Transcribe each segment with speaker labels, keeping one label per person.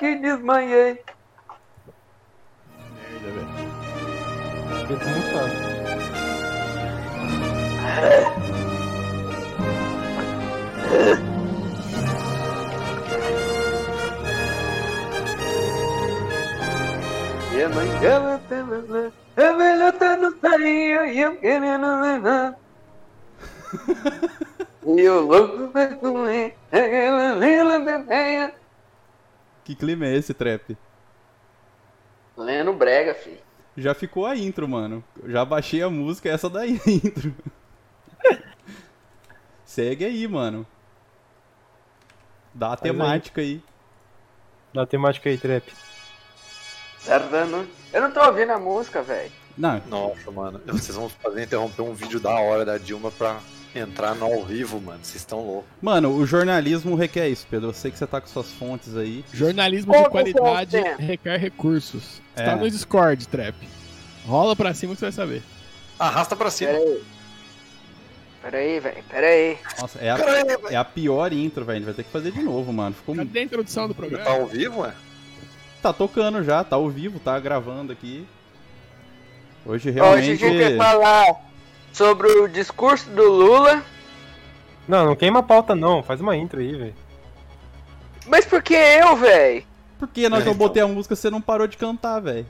Speaker 1: que desmanhei.
Speaker 2: Merda, velho.
Speaker 3: Fiquei mutado.
Speaker 1: E amanhã eu tenho medo. Eu velho, eu tô tá no carinho e eu querendo levar. E o louco vai comer aquela lila bebeia.
Speaker 2: Que clima é esse, trap?
Speaker 1: Lendo brega, filho.
Speaker 2: Já ficou a intro, mano. Já baixei a música, essa daí é a intro. Segue aí, mano. Dá a
Speaker 3: Faz aí.
Speaker 2: temática aí.
Speaker 3: Na temática aí, trap.
Speaker 1: Certo, não? Eu não tô ouvindo a música, velho.
Speaker 2: Não,
Speaker 4: Nossa, mano. Vocês vão fazer interromper um vídeo da hora da Dilma pra entrar no ao vivo, mano. Vocês estão loucos.
Speaker 2: mano, o jornalismo requer isso, Pedro. Eu sei que você tá com suas fontes aí.
Speaker 5: Jornalismo
Speaker 1: Como
Speaker 5: de qualidade
Speaker 1: você?
Speaker 5: requer recursos. Você tá
Speaker 2: É.
Speaker 5: no Discord, Trap. Rola pra cima que você vai saber.
Speaker 4: Arrasta pra cima.
Speaker 1: Pera aí. Pera aí, velho. Pera aí.
Speaker 2: Nossa, é a, é a pior intro, velho. A gente vai ter que fazer de novo, mano. Ficou...
Speaker 5: Cadê a introdução do
Speaker 4: Tá
Speaker 5: programa?
Speaker 4: ao vivo, é?
Speaker 2: Tá tocando já, tá ao vivo, tá gravando aqui.
Speaker 1: Hoje
Speaker 2: Hoje
Speaker 1: a
Speaker 2: realmente.
Speaker 1: gente tá- vai falar sobre o discurso do Lula.
Speaker 3: Não, não queima a pauta não, faz uma intro aí, velho.
Speaker 1: Mas por que eu, velho?
Speaker 2: Por que na hora que eu
Speaker 4: Então.
Speaker 2: botei a música você não parou de cantar, velho?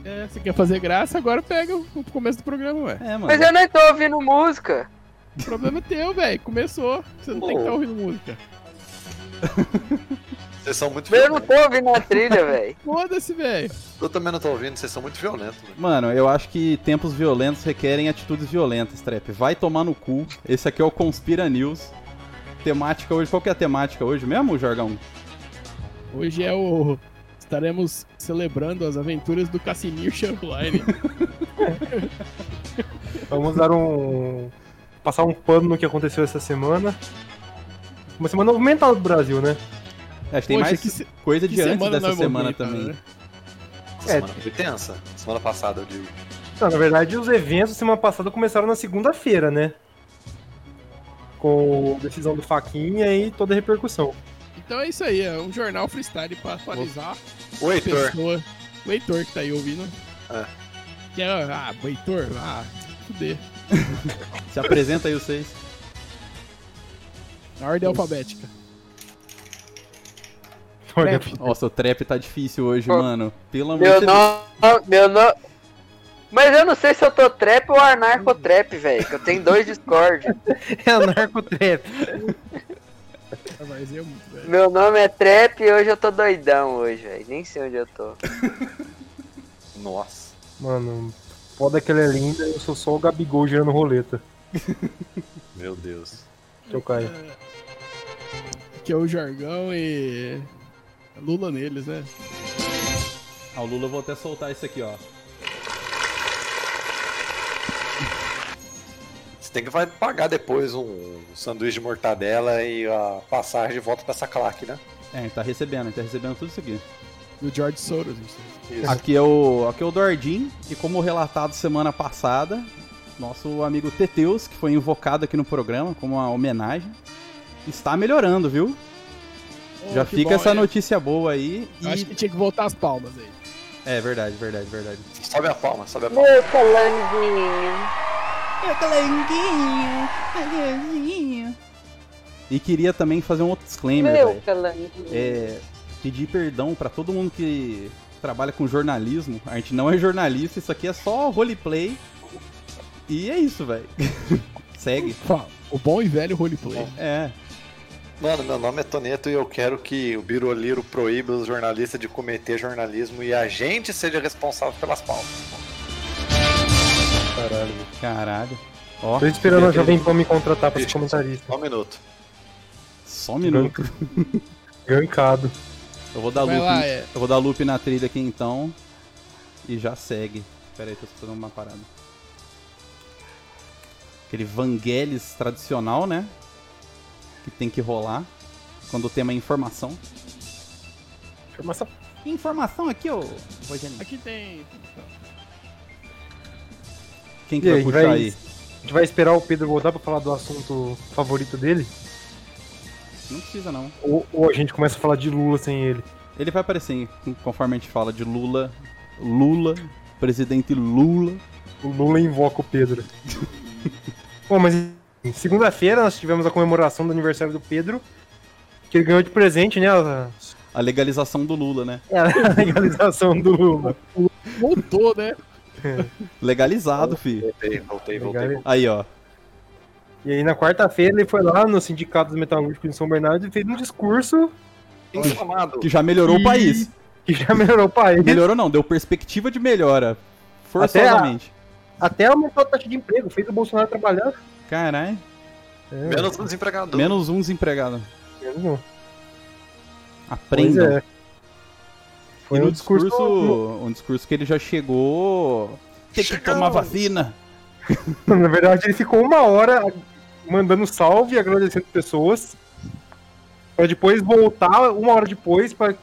Speaker 2: Então-
Speaker 5: É, você quer fazer graça, agora pega o o começo do programa, ué.
Speaker 2: É, mano.
Speaker 1: Mas eu nem tô ouvindo música.
Speaker 5: O problema é teu, velho. Começou. Você não tem que estar ouvindo música.
Speaker 4: Vocês são muito
Speaker 1: Mas eu não
Speaker 4: violentos.
Speaker 1: tô ouvindo a trilha, velho.
Speaker 5: Foda-se, velho.
Speaker 4: Eu também não tô ouvindo, vocês são muito violentos, velho.
Speaker 2: Mano, eu acho que tempos violentos requerem atitudes violentas, Trap. Vai tomar no cu. Esse aqui é o Conspira News. Temática hoje. Qual que é a temática hoje mesmo, Jorgão?
Speaker 5: Hoje é o. Estaremos celebrando as aventuras do Cassimir Champlain.
Speaker 3: Vamos dar um... Passar um pano no que aconteceu essa semana. Uma semana movimentada do Brasil, né?
Speaker 2: Acho que tem mais
Speaker 5: se-
Speaker 2: coisa de
Speaker 5: que
Speaker 2: antes dessa
Speaker 5: não é
Speaker 2: semana
Speaker 5: movimentada,
Speaker 2: também.
Speaker 5: né?
Speaker 4: Essa
Speaker 3: É.
Speaker 4: semana foi tensa. Semana passada, eu digo.
Speaker 3: Não, na verdade, os eventos semana passada começaram na segunda-feira, né? Com a decisão do Faquinha e toda a repercussão.
Speaker 5: Então é isso aí, é um jornal freestyle pra atualizar
Speaker 4: O
Speaker 5: a
Speaker 4: Heitor.
Speaker 5: pessoa. O Heitor que tá aí ouvindo. Que é, ah, o Heitor, ah, fuder.
Speaker 2: Se apresenta aí vocês.
Speaker 5: Na ordem alfabética.
Speaker 3: Olha,
Speaker 2: Nossa, o Trap tá difícil hoje,
Speaker 1: Pô.
Speaker 2: mano. Pelo amor
Speaker 1: Meu
Speaker 2: de Deus.
Speaker 1: nome. Meu nome. Mas eu não sei se eu tô trap ou anarcotrap, velho. Que eu tenho dois Discord.
Speaker 3: é anarcotrap.
Speaker 5: É, Mas eu muito, velho.
Speaker 1: Meu nome é Trap e hoje eu tô doidão hoje, velho. Nem sei onde eu tô.
Speaker 4: Nossa.
Speaker 3: Mano, foda que ela é linda, eu sou só o Gabigol girando roleta.
Speaker 4: Meu Deus.
Speaker 3: Que eu caio.
Speaker 5: Que é o jargão e. Lula neles, né?
Speaker 2: Ah, o Lula eu vou até soltar isso aqui, ó.
Speaker 4: Você tem que vai pagar depois um sanduíche de mortadela e a passagem de volta pra Sacalac, né?
Speaker 2: É, ele tá recebendo, ele tá recebendo tudo isso aqui.
Speaker 5: Do George Soros. isso.
Speaker 4: Isso.
Speaker 2: Aqui é o, aqui é o Dordim, e como relatado semana passada, nosso amigo Teteus, que foi invocado aqui no programa como uma homenagem, está melhorando, viu?
Speaker 5: Oh,
Speaker 2: Já
Speaker 5: que
Speaker 2: fica
Speaker 5: bom,
Speaker 2: essa
Speaker 5: é.
Speaker 2: notícia boa aí.
Speaker 5: Eu Acho que
Speaker 2: E...
Speaker 5: tinha que voltar as palmas aí.
Speaker 2: É verdade, verdade, verdade.
Speaker 4: Sobe a palma, sobe a palma.
Speaker 1: Meu calanguinho.
Speaker 2: E queria também fazer um outro disclaimer,
Speaker 1: Meu
Speaker 2: velho.
Speaker 1: calanguinho.
Speaker 2: É, pedir perdão pra todo mundo que trabalha com jornalismo. A gente não é jornalista, isso aqui é só roleplay. E é isso, velho. Segue.
Speaker 5: Fala, O bom e velho roleplay.
Speaker 2: É.
Speaker 4: Mano, meu nome é Toneto e eu quero que o Biroliro proíba os jornalistas de cometer jornalismo e a gente seja responsável pelas palmas.
Speaker 3: Caralho. velho.
Speaker 2: Caralho. Ó,
Speaker 3: Tô esperando a Jovem Pan me contratar pra ser comentarista.
Speaker 4: Só um minuto.
Speaker 2: só um minuto.
Speaker 3: Gancado.
Speaker 2: Eu vou dar
Speaker 5: Vai lá,
Speaker 2: loop.
Speaker 5: é.
Speaker 2: Eu vou dar loop na trilha aqui então. E já segue. Pera aí, tô precisando de uma parada. Aquele Vangelis tradicional, né? Que tem que rolar. Quando o tema é informação.
Speaker 3: Informação.
Speaker 2: Informação aqui, ô. Rogério.
Speaker 5: Aqui tem.
Speaker 2: Quem que
Speaker 3: E
Speaker 2: vai
Speaker 3: aí,
Speaker 2: puxar
Speaker 3: vai-
Speaker 2: aí?
Speaker 3: A gente vai esperar o Pedro voltar pra falar do assunto favorito dele?
Speaker 2: Não precisa não.
Speaker 3: Ou, ou a gente começa a falar de Lula sem ele?
Speaker 2: Ele vai aparecer, conforme a gente fala, de Lula. Lula, presidente Lula.
Speaker 3: O Lula invoca o Pedro. Bom, mas em segunda-feira nós tivemos a comemoração do aniversário do Pedro, que ele ganhou de presente, né? A,
Speaker 2: A legalização do Lula, né?
Speaker 3: a legalização do Lula.
Speaker 5: Voltou, né?
Speaker 2: Legalizado, fi.
Speaker 4: Voltei, voltei, voltei.
Speaker 3: Legal.
Speaker 2: Aí, ó.
Speaker 3: E aí na quarta-feira ele foi lá no Sindicato dos Metalúrgicos de São Bernardo e fez um discurso
Speaker 4: Inflamado.
Speaker 2: Que já melhorou o país.
Speaker 3: que já melhorou o país.
Speaker 2: Melhorou não, deu perspectiva de melhora. Forçosamente.
Speaker 3: Até aumentou a taxa de emprego, fez o Bolsonaro trabalhar.
Speaker 2: Caralho.
Speaker 4: Menos um desempregado.
Speaker 2: Menos um desempregado.
Speaker 3: Mesmo. Pois
Speaker 2: Aprenda.
Speaker 3: é. Foi
Speaker 2: e
Speaker 3: um
Speaker 2: no discurso,
Speaker 3: discurso.
Speaker 2: um discurso que ele já chegou. Tem que
Speaker 4: Chegamos.
Speaker 2: tomar vacina.
Speaker 3: Na verdade, ele ficou uma hora mandando salve e agradecendo pessoas. Pra depois voltar uma hora depois pra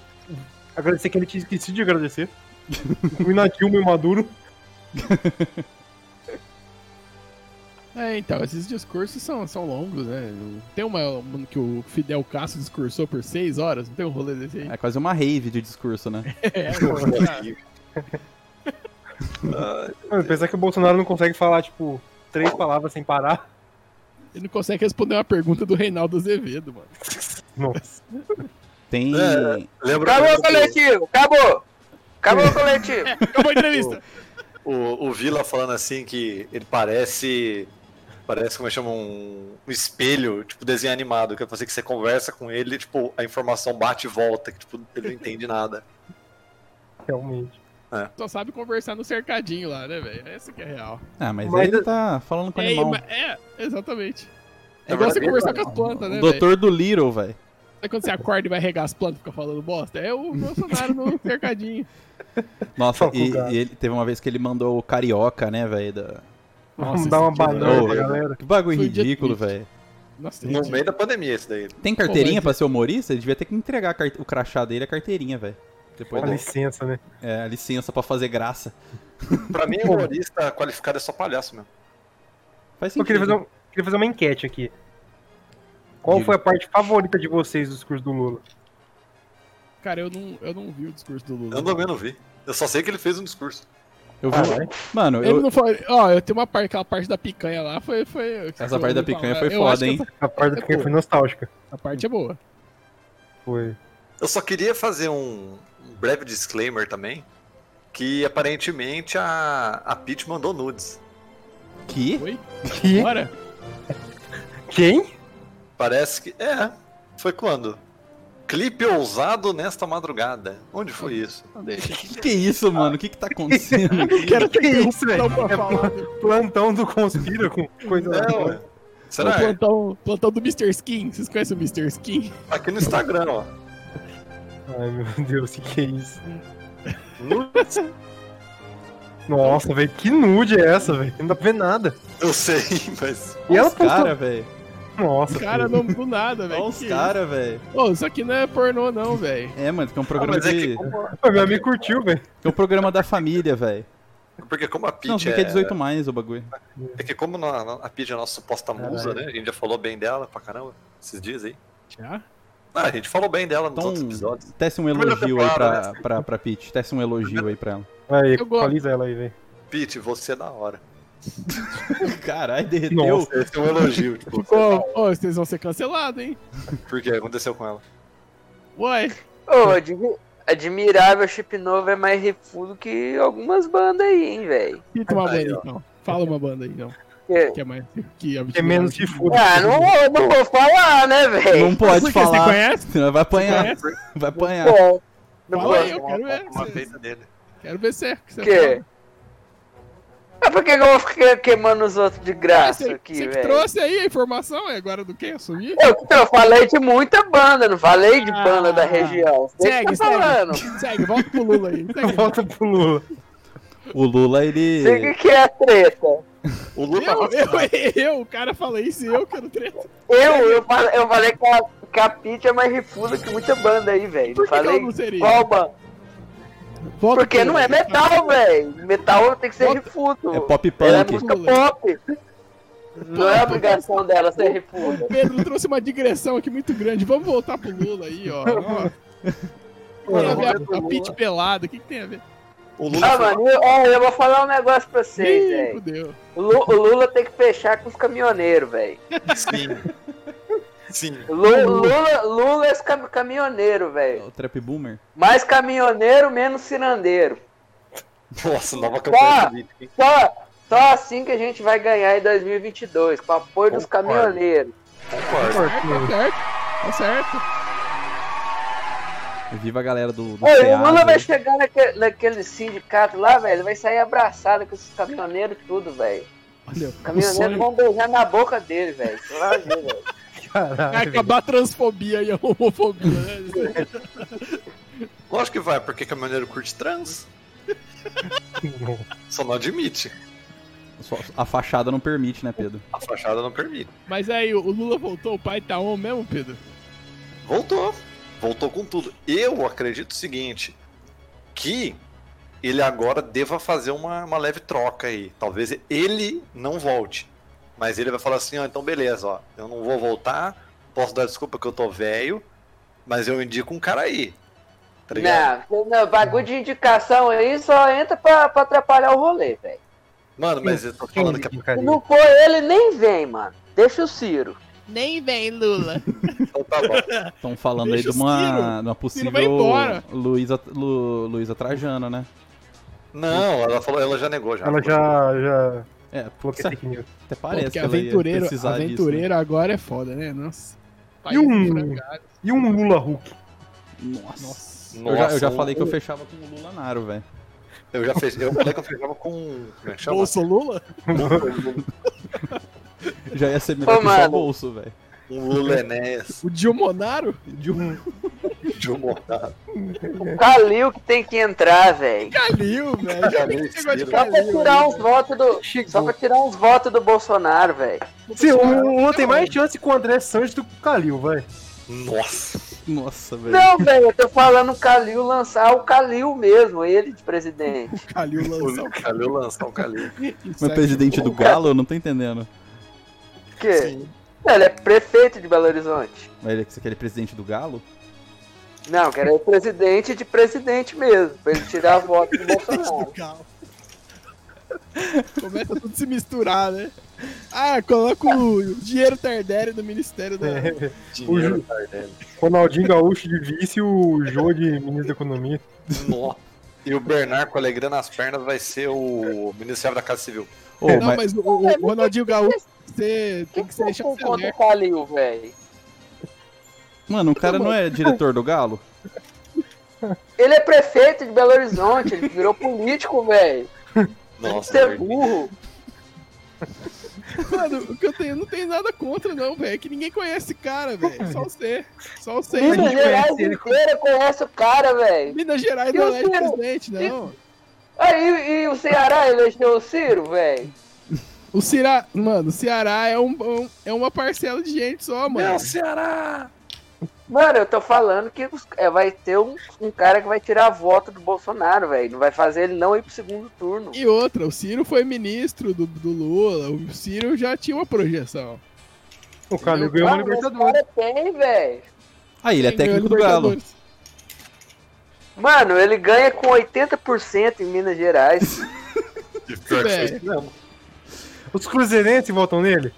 Speaker 3: agradecer que ele tinha esquecido de agradecer. Incluindo a Dilma e o Maduro.
Speaker 5: É, então, esses discursos são, são longos, né? Tem uma uma que o Fidel Castro discursou por seis horas, não tem um rolê desse aí?
Speaker 2: É quase uma rave de discurso, né?
Speaker 5: É, pô,
Speaker 3: Mano, pensar que o Bolsonaro não consegue falar, tipo, três palavras sem parar.
Speaker 5: ele não consegue responder uma pergunta do Reinaldo Azevedo, mano.
Speaker 3: Nossa.
Speaker 2: Tem.
Speaker 4: É. Lembra
Speaker 1: Acabou o
Speaker 4: mesmo
Speaker 1: coletivo, acabou! Acabou o coletivo!
Speaker 5: Acabou a entrevista!
Speaker 4: o, o, o Vila falando assim que ele parece. Parece como chama um, um espelho, tipo desenho animado, que eu pensei que você conversa com ele, tipo, a informação bate e volta, que tipo, ele não entende nada.
Speaker 3: Realmente.
Speaker 5: Só sabe conversar no cercadinho lá, né, velho? Essa que é real.
Speaker 2: Ah, mas,
Speaker 3: Mas-
Speaker 2: ele tá falando com o
Speaker 5: É,
Speaker 2: animal.
Speaker 5: ima- é, exatamente. É
Speaker 4: Na
Speaker 5: igual
Speaker 4: verdade,
Speaker 5: você conversar com as plantas, né,
Speaker 2: O
Speaker 5: velho?
Speaker 2: Um doutor do Little, velho.
Speaker 5: Sabe quando você acorda e vai regar as plantas e fica falando bosta? É o Bolsonaro no cercadinho.
Speaker 2: Nossa,
Speaker 3: Só com
Speaker 2: e,
Speaker 3: o gato.
Speaker 2: e ele teve uma vez que ele mandou o carioca, né, velho? da-
Speaker 3: Vamos
Speaker 5: Nossa,
Speaker 3: dar uma
Speaker 5: esse né? dia-
Speaker 3: banana pra
Speaker 4: Ô,
Speaker 3: galera.
Speaker 2: Que bagulho
Speaker 5: Foi um dia
Speaker 2: ridículo,
Speaker 5: triste.
Speaker 2: velho.
Speaker 5: Nossa,
Speaker 4: No
Speaker 5: esse
Speaker 4: meio da pandemia, esse daí.
Speaker 2: Tem carteirinha
Speaker 5: Pô, mas-
Speaker 2: pra ser humorista? Ele devia ter que entregar a carte- o crachá dele e a carteirinha, velho. Depois
Speaker 3: Com
Speaker 2: da-
Speaker 3: licença, né?
Speaker 2: é, a licença pra fazer graça.
Speaker 4: Pra mim, o humorista qualificado é só palhaço mesmo.
Speaker 3: Eu
Speaker 2: Faz sentido.
Speaker 3: queria fazer, um- queria fazer uma enquete aqui. Qual
Speaker 2: Diga.
Speaker 3: foi a parte favorita de vocês do discurso do Lula?
Speaker 5: Cara, eu não, eu não vi o discurso do Lula.
Speaker 4: Eu também não vi. Eu só sei que ele fez um discurso.
Speaker 2: Eu vi- Mano,
Speaker 5: Ele
Speaker 2: eu...
Speaker 5: não foi. Ó, eu tenho uma parte, aquela parte da picanha lá, foi. foi
Speaker 2: Essa parte da picanha foi
Speaker 5: Eu
Speaker 2: foda,
Speaker 5: acho que
Speaker 2: hein?
Speaker 5: Essa,
Speaker 3: A parte que foi nostálgica.
Speaker 5: essa parte é boa.
Speaker 3: Foi.
Speaker 4: Eu só queria fazer um, um breve disclaimer também. Que aparentemente a, a Peach mandou nudes.
Speaker 2: Que?
Speaker 5: Foi?
Speaker 3: Que?
Speaker 5: Bora?
Speaker 3: Quem?
Speaker 4: Parece que. É. Foi quando? Clipe ousado nesta madrugada. Onde foi isso?
Speaker 5: Não deixa.
Speaker 2: Que que é isso, mano? O que que tá acontecendo?
Speaker 5: Quero
Speaker 3: que é isso, velho?
Speaker 5: Não, pra
Speaker 3: É
Speaker 5: Então, falar.
Speaker 3: plantão do Conspira com coisa
Speaker 4: Não,
Speaker 3: lá.
Speaker 4: é.
Speaker 5: É o
Speaker 4: Será?
Speaker 5: plantão, plantão do Mr. Skin. Vocês conhecem o Mr. Skin?
Speaker 4: Aqui no Instagram, ó.
Speaker 3: Ai, meu Deus, o que, que é isso?
Speaker 4: Nudes?
Speaker 3: Nossa, velho, que nude é essa, velho? Não dá pra ver nada.
Speaker 4: Eu sei, mas.
Speaker 3: E ela
Speaker 2: Os
Speaker 3: postou.
Speaker 2: cara, velho.
Speaker 3: Nossa,
Speaker 5: Os caras
Speaker 3: filho.
Speaker 5: não do nada, velho.
Speaker 2: Olha
Speaker 5: Que
Speaker 2: os
Speaker 5: que é
Speaker 2: caras, velho.
Speaker 5: isso? Ô, isso aqui não é pornô, não, velho.
Speaker 2: É, mano, que é um
Speaker 4: Ah,
Speaker 2: programa
Speaker 4: mas é
Speaker 2: de...
Speaker 4: que como,
Speaker 3: Pô, Meu amigo curtiu, velho.
Speaker 2: que é um programa da família, velho.
Speaker 4: porque como a
Speaker 2: Não,
Speaker 4: Peach
Speaker 2: se bem que é
Speaker 4: é,
Speaker 2: 18 mais o bagulho.
Speaker 4: é que como na- na- a Peach é a nossa suposta musa, né? A gente já falou bem dela pra caramba esses dias aí.
Speaker 5: Já?
Speaker 4: Ah, a gente falou bem dela nos
Speaker 2: Então,
Speaker 4: outros episódios.
Speaker 2: Tece um
Speaker 4: Primeira
Speaker 2: elogio aí
Speaker 4: temporada,
Speaker 2: pra, pra, pra Peach. Tece um elogio aí pra ela.
Speaker 3: Aí,
Speaker 5: Eu gosto.
Speaker 3: atualiza ela aí, velho.
Speaker 4: Pete, você é da hora.
Speaker 2: Caralho, derreteu.
Speaker 3: Nossa.
Speaker 4: Esse é um elogio, tipo,
Speaker 5: Ô, ô, vocês vão ser cancelados, hein?
Speaker 4: porque aconteceu com ela.
Speaker 5: Uai.
Speaker 1: Ô, admi- admirável chip novo é mais refudo que algumas bandas aí, hein, velho.
Speaker 5: Pinta uma
Speaker 4: Aí,
Speaker 5: banda,
Speaker 4: ó.
Speaker 5: então. Fala uma banda aí, então. Que é mais. Que,
Speaker 3: Que é menos que foda.
Speaker 1: Ah, não, vou- não vou falar, né, velho?
Speaker 2: Não pode
Speaker 5: Pode Porque Você
Speaker 2: falar.
Speaker 5: conhece?
Speaker 2: Senão vai apanhar.
Speaker 5: conhece?
Speaker 2: Vai apanhar.
Speaker 1: Bom, É, não
Speaker 5: Fala aí,
Speaker 1: vou.
Speaker 5: eu quero ver.
Speaker 4: Uma feita dele.
Speaker 5: Quero ver se é. que você
Speaker 1: Que?
Speaker 5: fala.
Speaker 1: Mas por que que É eu vou ficar queimando os outros de graça
Speaker 5: Você,
Speaker 1: aqui,
Speaker 5: você que
Speaker 1: velho?
Speaker 5: trouxe aí a informação, é agora do que assumir?
Speaker 1: Eu, eu falei de muita banda, não falei de banda da
Speaker 5: Ah,
Speaker 1: região. Você que
Speaker 5: Segue,
Speaker 1: tá falando.
Speaker 5: segue. Segue, volta pro Lula aí. Segue.
Speaker 3: Volta pro Lula.
Speaker 2: O Lula, ele.
Speaker 1: Você que que é a treta.
Speaker 4: O Lula
Speaker 5: Eu, eu, eu, o cara fala isso e eu quero treta.
Speaker 1: Eu, eu, fal- eu falei que a, que a Pitty é mais refusa que muita banda aí, velho.
Speaker 5: Por que que
Speaker 1: falei
Speaker 5: ela não seria?
Speaker 1: qual banda?
Speaker 5: Volta
Speaker 1: Porque
Speaker 5: pro
Speaker 1: não
Speaker 5: Lula.
Speaker 1: é metal, velho. Metal tem que ser refudo.
Speaker 2: É pop
Speaker 1: Ela é
Speaker 2: punk.
Speaker 1: música pop. Não é obrigação dela ser refuda.
Speaker 5: Pedro trouxe uma digressão aqui muito grande. Vamos voltar pro Lula aí, ó. Ó, Tem a
Speaker 4: Mano,
Speaker 5: ver
Speaker 4: rolê do
Speaker 5: a, a
Speaker 4: Lula.
Speaker 5: Pete pelada, o que, que tem a ver?
Speaker 4: O Lula
Speaker 1: Ah,
Speaker 4: foi lá-
Speaker 1: mano, eu, ó, eu vou falar um negócio pra vocês,
Speaker 5: Ih,
Speaker 1: velho.
Speaker 5: fudeu.
Speaker 1: O, Lu- o Lula tem que fechar com os caminhoneiros, velho.
Speaker 4: Sim. Sim.
Speaker 1: Lu- Lula, Lula é esse cam- caminhoneiro, velho.
Speaker 2: É O Trap Boomer.
Speaker 1: Mais caminhoneiro, menos cirandeiro.
Speaker 4: Nossa, nova campanha
Speaker 1: Tá.
Speaker 4: política, hein?
Speaker 1: Só, só assim que a gente vai ganhar em 2022, com o apoio dos
Speaker 4: Concordo.
Speaker 1: caminhoneiros.
Speaker 4: Concordo.
Speaker 5: Tá certo, tá certo.
Speaker 2: Viva a galera do, do
Speaker 1: Ô, e o
Speaker 2: CEASA
Speaker 1: Lula vai
Speaker 2: aí.
Speaker 1: chegar naquele, naquele sindicato lá, velho, vai sair abraçado com esses caminhoneiros tudo, velho.
Speaker 5: Olha,
Speaker 1: Os
Speaker 5: o
Speaker 1: Caminhoneiros
Speaker 5: sonho
Speaker 1: vão beijar na boca dele, velho. Você vai ver, velho.
Speaker 5: vai
Speaker 3: Caralho.
Speaker 5: acabar a transfobia e a homofobia. né?
Speaker 4: Lógico que vai, porque caminhoneiro curte trans. Só não admite.
Speaker 2: Só- A fachada não permite, né, Pedro?
Speaker 4: A fachada não permite.
Speaker 5: Mas aí, o Lula voltou, o pai tá on mesmo, Pedro?
Speaker 4: Voltou. Voltou com tudo. Eu acredito o seguinte: que ele agora deva fazer uma, uma leve troca aí. Talvez ele não volte. Mas ele vai falar assim: ó, então beleza, ó. Eu não vou voltar. Posso dar desculpa que eu tô velho. Mas eu indico um cara aí. Tá ligado?
Speaker 1: Não, não, bagulho de indicação aí só entra pra, pra atrapalhar o rolê, velho.
Speaker 4: Mano, mas eu tô falando que é
Speaker 1: Se não for ele, nem vem, mano. Deixa o Ciro.
Speaker 5: Nem vem, Lula.
Speaker 4: então tá bom.
Speaker 2: Estão falando aí de
Speaker 5: Deixa o
Speaker 2: uma, de uma
Speaker 5: Ciro
Speaker 2: possível
Speaker 5: vai embora.
Speaker 2: Luísa, Lu, Luísa Trajano, né?
Speaker 4: Não, ela falou, ela já negou já.
Speaker 3: Ela já, já
Speaker 2: É,
Speaker 3: falou que é fake news.
Speaker 2: até
Speaker 5: Pô,
Speaker 2: parece
Speaker 5: porque
Speaker 2: que ela ia
Speaker 5: aventureiro,
Speaker 2: precisar né?
Speaker 5: aventureiro agora é foda, né? Nossa. Pai
Speaker 3: E um-
Speaker 5: frangado.
Speaker 3: E um Lula Hulk?
Speaker 2: disso, né? Nossa.
Speaker 5: Nossa.
Speaker 2: eu já, eu já
Speaker 4: Nossa,
Speaker 2: falei que eu fechava com o Lula Naro, velho.
Speaker 4: Eu já fez, eu falei que eu fechava com. Como é que chama?
Speaker 5: Bolso Lula?
Speaker 2: Já ia ser melhor
Speaker 1: Ô,
Speaker 2: que só
Speaker 1: mano.
Speaker 2: bolso, velho.
Speaker 4: Um Lula Enéas
Speaker 5: O Dilmonaro?
Speaker 2: De um-
Speaker 4: de um mortal.
Speaker 1: O Calil que tem que entrar, velho.
Speaker 5: Calil, velho.
Speaker 4: Já
Speaker 5: vi
Speaker 4: vi
Speaker 5: esse negócio de
Speaker 4: esse
Speaker 1: Só pra
Speaker 5: Calil.
Speaker 1: tirar uns votos do.
Speaker 3: Chegou.
Speaker 1: Só pra tirar uns votos do Bolsonaro, velho.
Speaker 3: Sim,
Speaker 1: um
Speaker 3: o Lula tem mais chance com o André Sanches do que com o Calil, vai.
Speaker 4: Nossa.
Speaker 2: Nossa, velho.
Speaker 1: Não, velho, eu tô falando o Calil lançar o Calil mesmo, ele de presidente.
Speaker 5: Calil lançou.
Speaker 4: O Calil lançar o Calil.
Speaker 2: Mas presidente do Galo, eu não tô entendendo.
Speaker 1: Porque ele é prefeito de Belo Horizonte.
Speaker 2: Mas ele é você quer ele presidente do Galo?
Speaker 1: Não, que era o presidente de presidente mesmo, pra ele tirar a voto do
Speaker 5: do
Speaker 1: Bolsonaro.
Speaker 5: carro. Começa tudo a se misturar, né? Ah, coloca o dinheiro Tardelli do Ministério
Speaker 3: É,
Speaker 5: da.
Speaker 4: Dinheiro
Speaker 3: O Ju-
Speaker 4: Tardelli.
Speaker 3: Ronaldinho Gaúcho de vice e o Jô de ministro da economia.
Speaker 4: Nossa. E o Bernard com alegria nas pernas vai ser o Ministério da Casa Civil.
Speaker 2: Ô,
Speaker 5: não,
Speaker 2: mas-
Speaker 5: mas, o, o- o Ronaldinho Gaúcho tem que ser-
Speaker 1: O É que
Speaker 5: tem que ser
Speaker 1: você tem contra
Speaker 5: chanceler.
Speaker 1: o Calil, velho?
Speaker 2: Mano, o cara não é diretor do Galo?
Speaker 1: Ele é prefeito de Belo Horizonte, ele virou político, velho.
Speaker 4: Nossa,
Speaker 1: Você é
Speaker 4: verdade.
Speaker 1: burro.
Speaker 5: Mano, o que eu tenho, eu não tenho nada contra, não, velho. É que ninguém conhece esse cara, velho. É Só você. Só você.
Speaker 3: a
Speaker 1: Minas
Speaker 3: gente
Speaker 1: Gerais
Speaker 3: conhece ele como-
Speaker 1: inteira conhece o cara, velho.
Speaker 5: Minas Gerais
Speaker 1: E
Speaker 5: não
Speaker 1: o
Speaker 5: elege
Speaker 1: Ciro?
Speaker 5: presidente, não.
Speaker 1: Aí e o Ceará elegeu o Ciro, velho.
Speaker 5: O Ceará, mano, o Ceará é, um, um- é uma parcela de gente só, mano.
Speaker 4: Meu É Ceará!
Speaker 1: Mano, eu tô falando que os- é, vai ter um, um cara que vai tirar a voto do Bolsonaro, velho. Não vai fazer ele não ir pro segundo turno.
Speaker 5: E outra, o Ciro foi ministro do, do Lula. O Ciro já tinha uma projeção.
Speaker 3: O Calil ganhou uma
Speaker 1: Ah, mas
Speaker 3: Libertadores.
Speaker 1: O cara tem, velho.
Speaker 2: Aí, ele é
Speaker 5: Quem ganhou
Speaker 2: técnico do Galo.
Speaker 5: Libertadores?
Speaker 1: Mano, ele ganha com 80% em Minas Gerais.
Speaker 4: E pior que
Speaker 5: Velho.
Speaker 4: foi isso mesmo.
Speaker 3: É. Os cruzeirenses votam nele?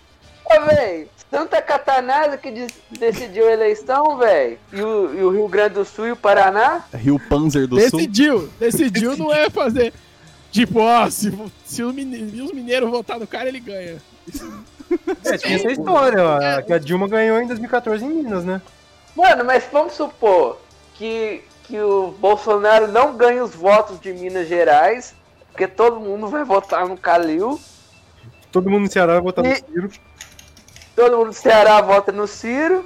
Speaker 1: Ô, velho, Santa Catanasa que des- decidiu a eleição, velho. E o, e o Rio Grande do Sul e o Paraná.
Speaker 2: Rio Panzer do Sul?
Speaker 5: Decidiu, decidiu não é fazer. Tipo, ó, se, se o mine- os mineiros votar no cara, ele ganha.
Speaker 3: É, tinha essa história, ó, que a Dilma ganhou em 2014 em Minas, né?
Speaker 1: Mano, mas vamos supor que, que o Bolsonaro não ganha os votos de Minas Gerais, porque todo mundo vai votar no Calil.
Speaker 3: Todo mundo no Ceará vai votar no
Speaker 1: E-
Speaker 3: Ciro.
Speaker 1: todo mundo do Ceará vota no Ciro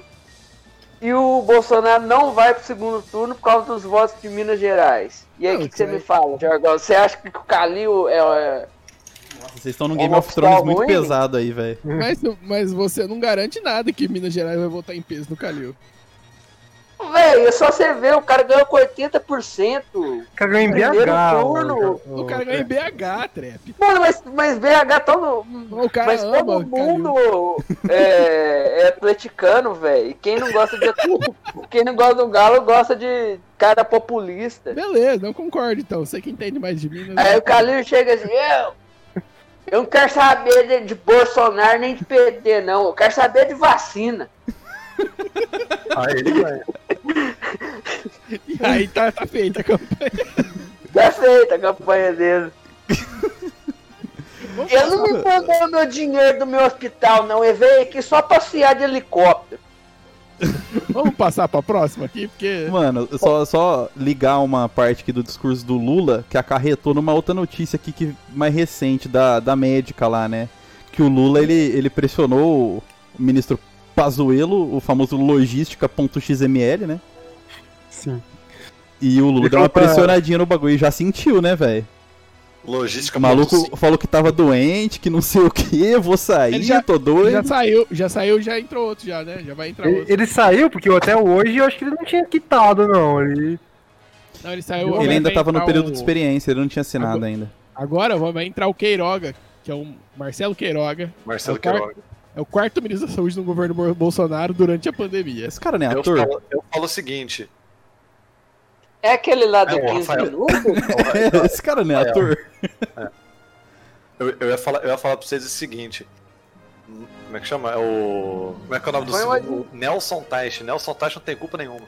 Speaker 1: e o Bolsonaro não vai pro segundo turno por causa dos votos de Minas Gerais. E aí, o
Speaker 5: Não,
Speaker 1: que, que você
Speaker 5: isso aí-
Speaker 1: me fala, Jorgão? Você acha que o Calil é. é-
Speaker 2: Vocês estão num Game
Speaker 1: Uma
Speaker 2: of Thrones
Speaker 1: opção
Speaker 2: muito
Speaker 1: ruim?
Speaker 2: pesado aí, velho.
Speaker 5: Mas, mas você não garante nada que Minas Gerais vai votar em peso no Calil.
Speaker 1: Véi, é só você ver, o cara ganhou com 80%.
Speaker 3: Cara, ganha em
Speaker 1: Primeiro
Speaker 3: BH.
Speaker 1: turno.
Speaker 5: O cara
Speaker 1: é.
Speaker 5: ganha em BH, Trap.
Speaker 1: Mano, mas, mas BH todo.
Speaker 5: O cara
Speaker 1: Mas
Speaker 5: ama,
Speaker 1: todo
Speaker 5: Calil.
Speaker 1: mundo é, é atleticano, velho. Quem não gosta de quem não gosta do Galo gosta de cara populista.
Speaker 5: Beleza, não concordo então. Você que entende mais de mim. né?
Speaker 1: Aí É, o Calil chega assim, eu, eu não quero saber de, de Bolsonaro nem de PD, não. Eu quero saber de vacina.
Speaker 3: é,
Speaker 4: Aí ele ganha.
Speaker 5: E aí tá, tá feita a campanha.
Speaker 1: Tá feita a campanha dele.
Speaker 5: Vamos
Speaker 1: Eu não me mandou meu dinheiro do meu hospital, não. Eu veio aqui só passear de helicóptero.
Speaker 5: Vamos passar pra próxima aqui, porque.
Speaker 2: Mano, só, só ligar uma parte aqui do discurso do Lula que acarretou numa outra notícia aqui que mais recente da, da médica lá, né? Que o Lula ele, ele pressionou o ministro Pazuello, o famoso logística.xml, né?
Speaker 3: Sim.
Speaker 2: E o Lula
Speaker 3: Ele
Speaker 2: deu uma
Speaker 3: falou pra-
Speaker 2: pressionadinha no bagulho e já sentiu, né, velho?
Speaker 4: Logística
Speaker 2: O maluco
Speaker 4: ponto
Speaker 2: falou que tava doente, que não sei o que, vou sair,
Speaker 5: Ele já-
Speaker 2: tô doido.
Speaker 5: Já saiu, já saiu, já entrou outro, já, né? Já vai entrar
Speaker 3: Ele,
Speaker 5: outro.
Speaker 3: ele saiu, porque eu até hoje eu acho que ele não tinha quitado, não. Ele...
Speaker 5: Não, ele saiu.
Speaker 2: Ele
Speaker 5: agora
Speaker 2: ainda
Speaker 5: vai
Speaker 2: tava no
Speaker 5: entrar
Speaker 2: período
Speaker 5: o-
Speaker 2: de experiência, ele não tinha assinado
Speaker 5: Agora-
Speaker 2: ainda.
Speaker 5: Agora vai entrar o Queiroga, que é o Marcelo Queiroga.
Speaker 4: do Marcelo
Speaker 5: É o quarto-
Speaker 4: Queiroga.
Speaker 5: É o quarto ministro da saúde no governo Bo- Bolsonaro durante a pandemia.
Speaker 2: Esse cara não é
Speaker 4: Eu
Speaker 2: ator?
Speaker 4: falo, eu falo o seguinte:
Speaker 1: É aquele lá do
Speaker 4: É, o
Speaker 1: 15
Speaker 4: Rafael.
Speaker 1: minutos?
Speaker 2: Esse cara não é
Speaker 4: Rafael.
Speaker 2: ator?
Speaker 4: eu, eu ia falar, eu ia falar pra vocês o seguinte. Como é que chama? É o. Como é que é o nome do
Speaker 1: Foi uma-
Speaker 4: segundo? Nelson Teich. Nelson Teich não tem culpa nenhuma.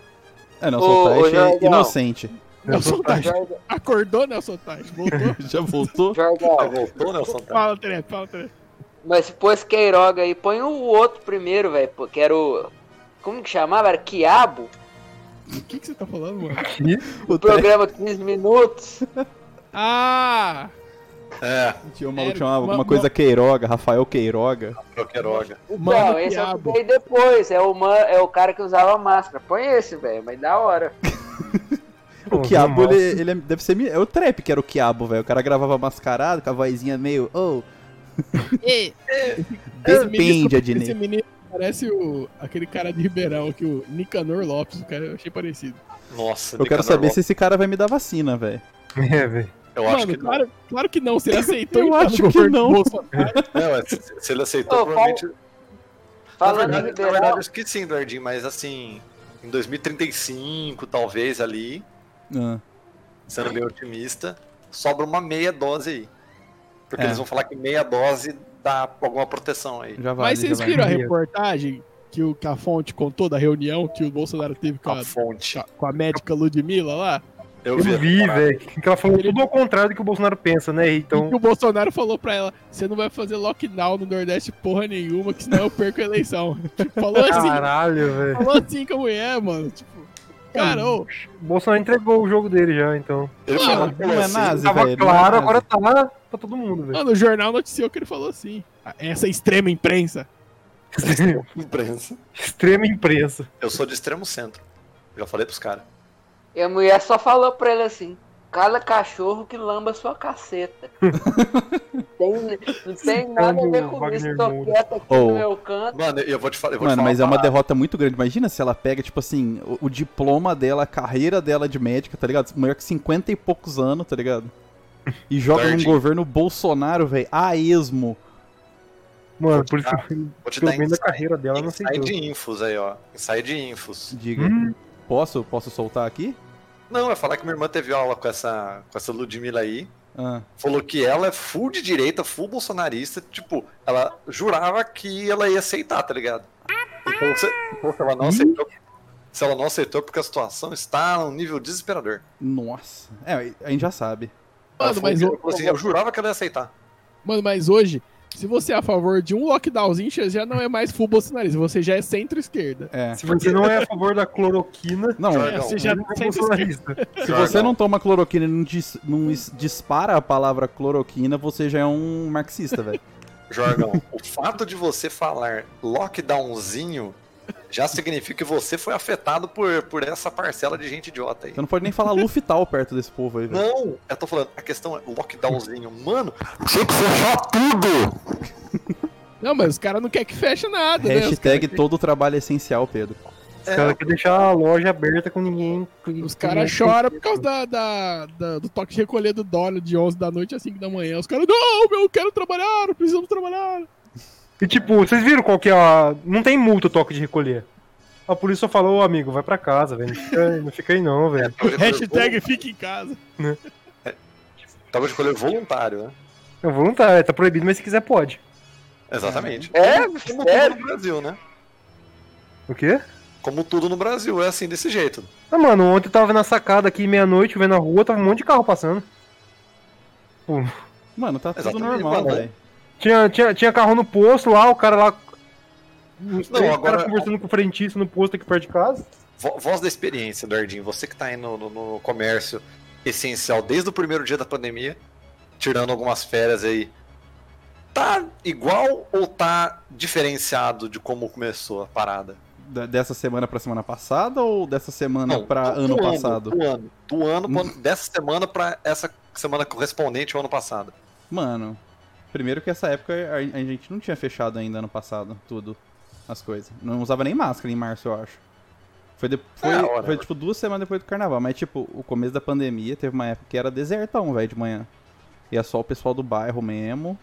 Speaker 2: É, não,
Speaker 1: Ô,
Speaker 2: sou
Speaker 1: ô,
Speaker 2: Taish é
Speaker 1: Jorgão.
Speaker 2: inocente.
Speaker 5: Nelson Tais.
Speaker 1: Jorge-
Speaker 5: Acordou, Nelson Tais. Voltou.
Speaker 2: Já voltou?
Speaker 4: Ah,
Speaker 1: Jorge,
Speaker 4: voltou Nelson Teich.
Speaker 5: fala, Trep, fala, Trep.
Speaker 1: Mas se pôs Queiroga aí, põe o outro primeiro, velho. pô, Que era o. Como que chamava? Era Quiabo?
Speaker 5: O que, que você tá falando, mano?
Speaker 2: O Taish
Speaker 1: Programa 15 minutos.
Speaker 5: Ah!
Speaker 4: É,
Speaker 2: tinha um maluco
Speaker 5: Sério,
Speaker 2: que chamava alguma
Speaker 5: uma-
Speaker 2: coisa Queiroga, Rafael Queiroga.
Speaker 4: é o Queiroga.
Speaker 5: O mano
Speaker 1: Não, esse é o que
Speaker 5: Quiabo.
Speaker 1: veio depois. É o, man... é o cara que usava máscara. Põe esse, velho. Mas da hora.
Speaker 2: O Quiabo, ele, ele é- deve ser. mi- É o Trap que era o Quiabo, velho. O cara gravava mascarado com a vozinha meio. Oh.
Speaker 5: Esse
Speaker 2: Depende,
Speaker 5: ministro- Esse
Speaker 2: Adnei.
Speaker 5: menino parece o, aquele cara de Ribeirão, que o Nicanor Lopes, o cara eu achei parecido.
Speaker 4: Nossa,
Speaker 2: Eu quero
Speaker 4: Nicanor
Speaker 2: saber
Speaker 4: Lopes.
Speaker 2: se esse cara vai me dar vacina, velho.
Speaker 3: É, velho.
Speaker 4: Eu acho
Speaker 5: Mano,
Speaker 4: que não.
Speaker 5: claro, claro que não, se ele aceitou
Speaker 2: Eu
Speaker 5: entrar no
Speaker 2: acho que
Speaker 5: governo
Speaker 2: não.
Speaker 5: Bolsonaro.
Speaker 4: Não, é, se, se ele aceitou,
Speaker 1: Ô,
Speaker 4: provavelmente. Na
Speaker 1: Falando em
Speaker 4: verdade, na
Speaker 1: Ribeirão.
Speaker 4: verdade, eu esqueci do Jardim, mas assim, em 2035, talvez ali,
Speaker 2: Ah.
Speaker 4: sendo bem otimista, sobra uma meia dose aí. Porque
Speaker 2: É.
Speaker 4: eles vão falar que meia dose dá alguma proteção aí.
Speaker 2: Já vai.
Speaker 5: Mas vocês viram a reportagem que o Cafonte contou da reunião que o Bolsonaro teve com a,
Speaker 4: A fonte.
Speaker 5: com a médica Ludmilla lá?
Speaker 4: Eu
Speaker 3: Eu
Speaker 4: vi.
Speaker 3: vi,
Speaker 4: cara.
Speaker 3: velho. Que ela falou tudo ao contrário do que o Bolsonaro pensa, né?
Speaker 5: E
Speaker 3: Então,
Speaker 5: que o Bolsonaro falou pra ela: você não vai fazer lockdown no Nordeste porra nenhuma, que senão eu perco a eleição. Tipo, falou assim,
Speaker 3: caralho, velho.
Speaker 5: falou assim com a mulher, mano. Tipo, cara, ô,
Speaker 3: O Bolsonaro entregou o jogo dele já, então.
Speaker 4: Ele
Speaker 5: Mano,
Speaker 4: falou,
Speaker 2: Não é nazi,
Speaker 3: Tava
Speaker 2: velho. não é
Speaker 3: claro,
Speaker 2: nazi.
Speaker 3: agora tá pra todo mundo, velho.
Speaker 5: Mano, o jornal noticiou que ele falou assim. Essa extrema imprensa.
Speaker 4: imprensa.
Speaker 3: Extrema imprensa.
Speaker 4: Eu sou de extremo centro. Já falei pros caras.
Speaker 1: E a mulher só falou pra ele assim: cala cachorro que lamba sua caceta. tem, não tem nada a ver com
Speaker 3: Wagner
Speaker 1: isso. Tô
Speaker 3: Moura.
Speaker 1: quieto aqui
Speaker 2: Ou-
Speaker 1: no meu canto.
Speaker 4: Mano, eu vou te falar. Eu vou te
Speaker 2: Mano,
Speaker 4: falar
Speaker 2: mas é uma
Speaker 4: parada.
Speaker 2: derrota muito grande. Imagina se ela pega, tipo assim, o, o diploma dela, a carreira dela de médica, tá ligado? Mulher com 50 e poucos anos, tá ligado? E joga num
Speaker 4: Tarde.
Speaker 2: governo Bolsonaro, velho, a esmo.
Speaker 3: Mano, por isso que
Speaker 4: Vou te
Speaker 3: pelo
Speaker 4: dar
Speaker 3: menos da
Speaker 4: insight,
Speaker 3: carreira dela, eu não sei
Speaker 4: insight
Speaker 3: tudo.
Speaker 4: de infos aí, ó. Inside infos.
Speaker 2: Diga.
Speaker 3: Hum,
Speaker 2: Posso, posso soltar aqui?
Speaker 4: Não, eu ia falar que minha irmã teve aula com essa, com essa Ludmilla aí.
Speaker 2: Ah,
Speaker 4: Falou que ela é full de direita, full bolsonarista. Tipo, ela jurava que ela ia aceitar, tá ligado? Então, se, então, se ela não aceitou. Se ela não aceitou, é porque a situação está num nível desesperador.
Speaker 2: nossa. É, a gente já sabe.
Speaker 4: Ela
Speaker 5: Mano,
Speaker 4: falou
Speaker 5: mas,
Speaker 4: que-
Speaker 5: o-
Speaker 4: ela falou assim, eu jurava que ela ia aceitar.
Speaker 5: mano, mas hoje, se você é a favor de um lockdownzinho, você já não é mais full bolsonarista, você já é centro-esquerda.
Speaker 2: É.
Speaker 3: Se você não é a favor da cloroquina,
Speaker 2: Não,
Speaker 4: Jorge,
Speaker 5: É,
Speaker 4: não.
Speaker 5: você
Speaker 3: você
Speaker 5: já
Speaker 3: não é
Speaker 5: centro-esquerda.
Speaker 3: bolsonarista.
Speaker 2: se você não toma cloroquina e não, dis- não is- dispara a palavra cloroquina, você já é um marxista, velho.
Speaker 4: Jorgão, o fato de você falar lockdownzinho já significa que você foi afetado por, por essa parcela de gente idiota aí.
Speaker 2: Você não pode nem falar Luftal perto desse povo aí, velho.
Speaker 4: Não, eu tô falando, a questão é lockdownzinho. Mano, tinha que fechar tudo!
Speaker 5: Não, mas os caras não querem que feche nada, né? Os
Speaker 2: Hashtag
Speaker 5: cara-
Speaker 2: todo trabalho é essencial, Pedro.
Speaker 3: Os caras querem deixar a loja aberta com ninguém.
Speaker 5: Os caras choram por causa da, da- da- do toque de recolher do Dória de 11 da noite a 5 da manhã. Os caras, não, meu, eu quero trabalhar, precisamos trabalhar.
Speaker 3: E tipo, vocês viram qual que é a. Não tem multa o toque de recolher. A polícia só falou, "Ô, amigo, vai pra casa, velho. Não fica aí, não, fica aí não velho.
Speaker 5: Hashtag fique em casa.
Speaker 4: Tava de colher voluntário, né?
Speaker 3: É voluntário, tá proibido, mas se quiser pode.
Speaker 4: Exatamente.
Speaker 1: É,
Speaker 4: Como
Speaker 1: sério?
Speaker 4: tudo no Brasil, né?
Speaker 3: O quê?
Speaker 4: Como tudo no Brasil, é assim, desse jeito.
Speaker 3: Ah, mano, ontem eu tava na sacada aqui, meia-noite, vendo a rua, tava um monte de carro passando.
Speaker 2: Mano, tá tudo
Speaker 4: Exatamente,
Speaker 2: normal,
Speaker 4: mano.
Speaker 2: velho.
Speaker 3: Tinha, tinha, tinha carro no posto lá, o cara lá. Uns
Speaker 4: Não,
Speaker 3: três
Speaker 4: agora-
Speaker 3: caras conversando com o frentista no posto aqui perto de casa.
Speaker 4: Vo- Voz da experiência, Dardinho. Você que tá indo no, no comércio essencial desde o primeiro dia da pandemia, tirando algumas férias aí. Tá igual ou tá diferenciado de como começou a parada?
Speaker 2: Da- Dessa semana pra semana passada ou dessa semana pra
Speaker 4: do-
Speaker 2: ano
Speaker 4: do
Speaker 2: passado?
Speaker 4: Do ano. Do ano, pro ano- dessa semana pra essa semana correspondente ao ano passado.
Speaker 2: Mano, primeiro que essa época a, a gente não tinha fechado ainda ano passado tudo, as coisas. Não usava nem máscara em março, eu acho. Foi, de- foi,
Speaker 4: Ah, whatever.
Speaker 2: foi tipo duas semanas depois do carnaval, mas tipo, o começo da pandemia teve uma época que era desertão, velho, de manhã. Ia só o pessoal do bairro mesmo.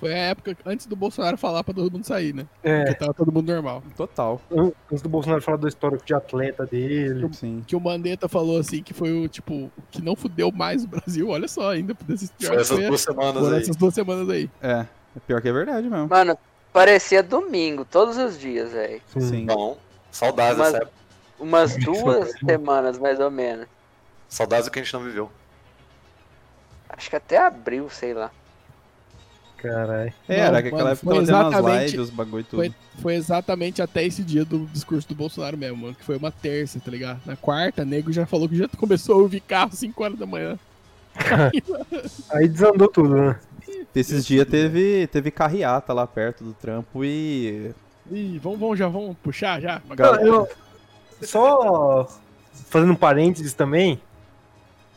Speaker 5: Foi a época antes do Bolsonaro falar pra todo mundo sair, né?
Speaker 3: É,
Speaker 5: Porque tava todo mundo normal.
Speaker 2: Total, Tipo,
Speaker 3: antes do Bolsonaro falar do histórico de atleta dele.
Speaker 2: sim.
Speaker 5: Que o Mandetta falou assim que foi o tipo que não fudeu mais o Brasil. Olha só, ainda dessas
Speaker 4: Foi essas duas semanas
Speaker 5: foram
Speaker 4: aí.
Speaker 5: essas duas semanas aí.
Speaker 2: É, é pior que é verdade mesmo.
Speaker 1: Mano, parecia domingo, todos os dias, velho.
Speaker 5: Hum.
Speaker 2: Sim.
Speaker 4: Bom, saudades
Speaker 1: Mas-
Speaker 4: dessa época.
Speaker 1: Umas
Speaker 3: Isso,
Speaker 1: duas
Speaker 3: cara.
Speaker 1: semanas, mais ou menos.
Speaker 4: Saudades do que a gente não viveu.
Speaker 1: Acho que até abril, sei lá.
Speaker 3: Caralho.
Speaker 2: É, era
Speaker 5: Não,
Speaker 2: que
Speaker 5: mano,
Speaker 2: aquela época
Speaker 5: foi
Speaker 2: tava fazendo as
Speaker 5: exatamente-
Speaker 2: lives, os bagulho e tudo.
Speaker 5: Foi, foi exatamente até esse dia do discurso do Bolsonaro mesmo, mano. Que foi uma terça, tá ligado? Na quarta, nego já falou que já começou a ouvir carro 5 horas da manhã.
Speaker 3: Aí desandou tudo, né?
Speaker 2: Esses dias teve, teve carreata lá perto do trampo e.
Speaker 5: Ih, vamos, vamos, já vamos puxar já.
Speaker 2: Cara,
Speaker 3: Eu- só fazendo um parênteses também,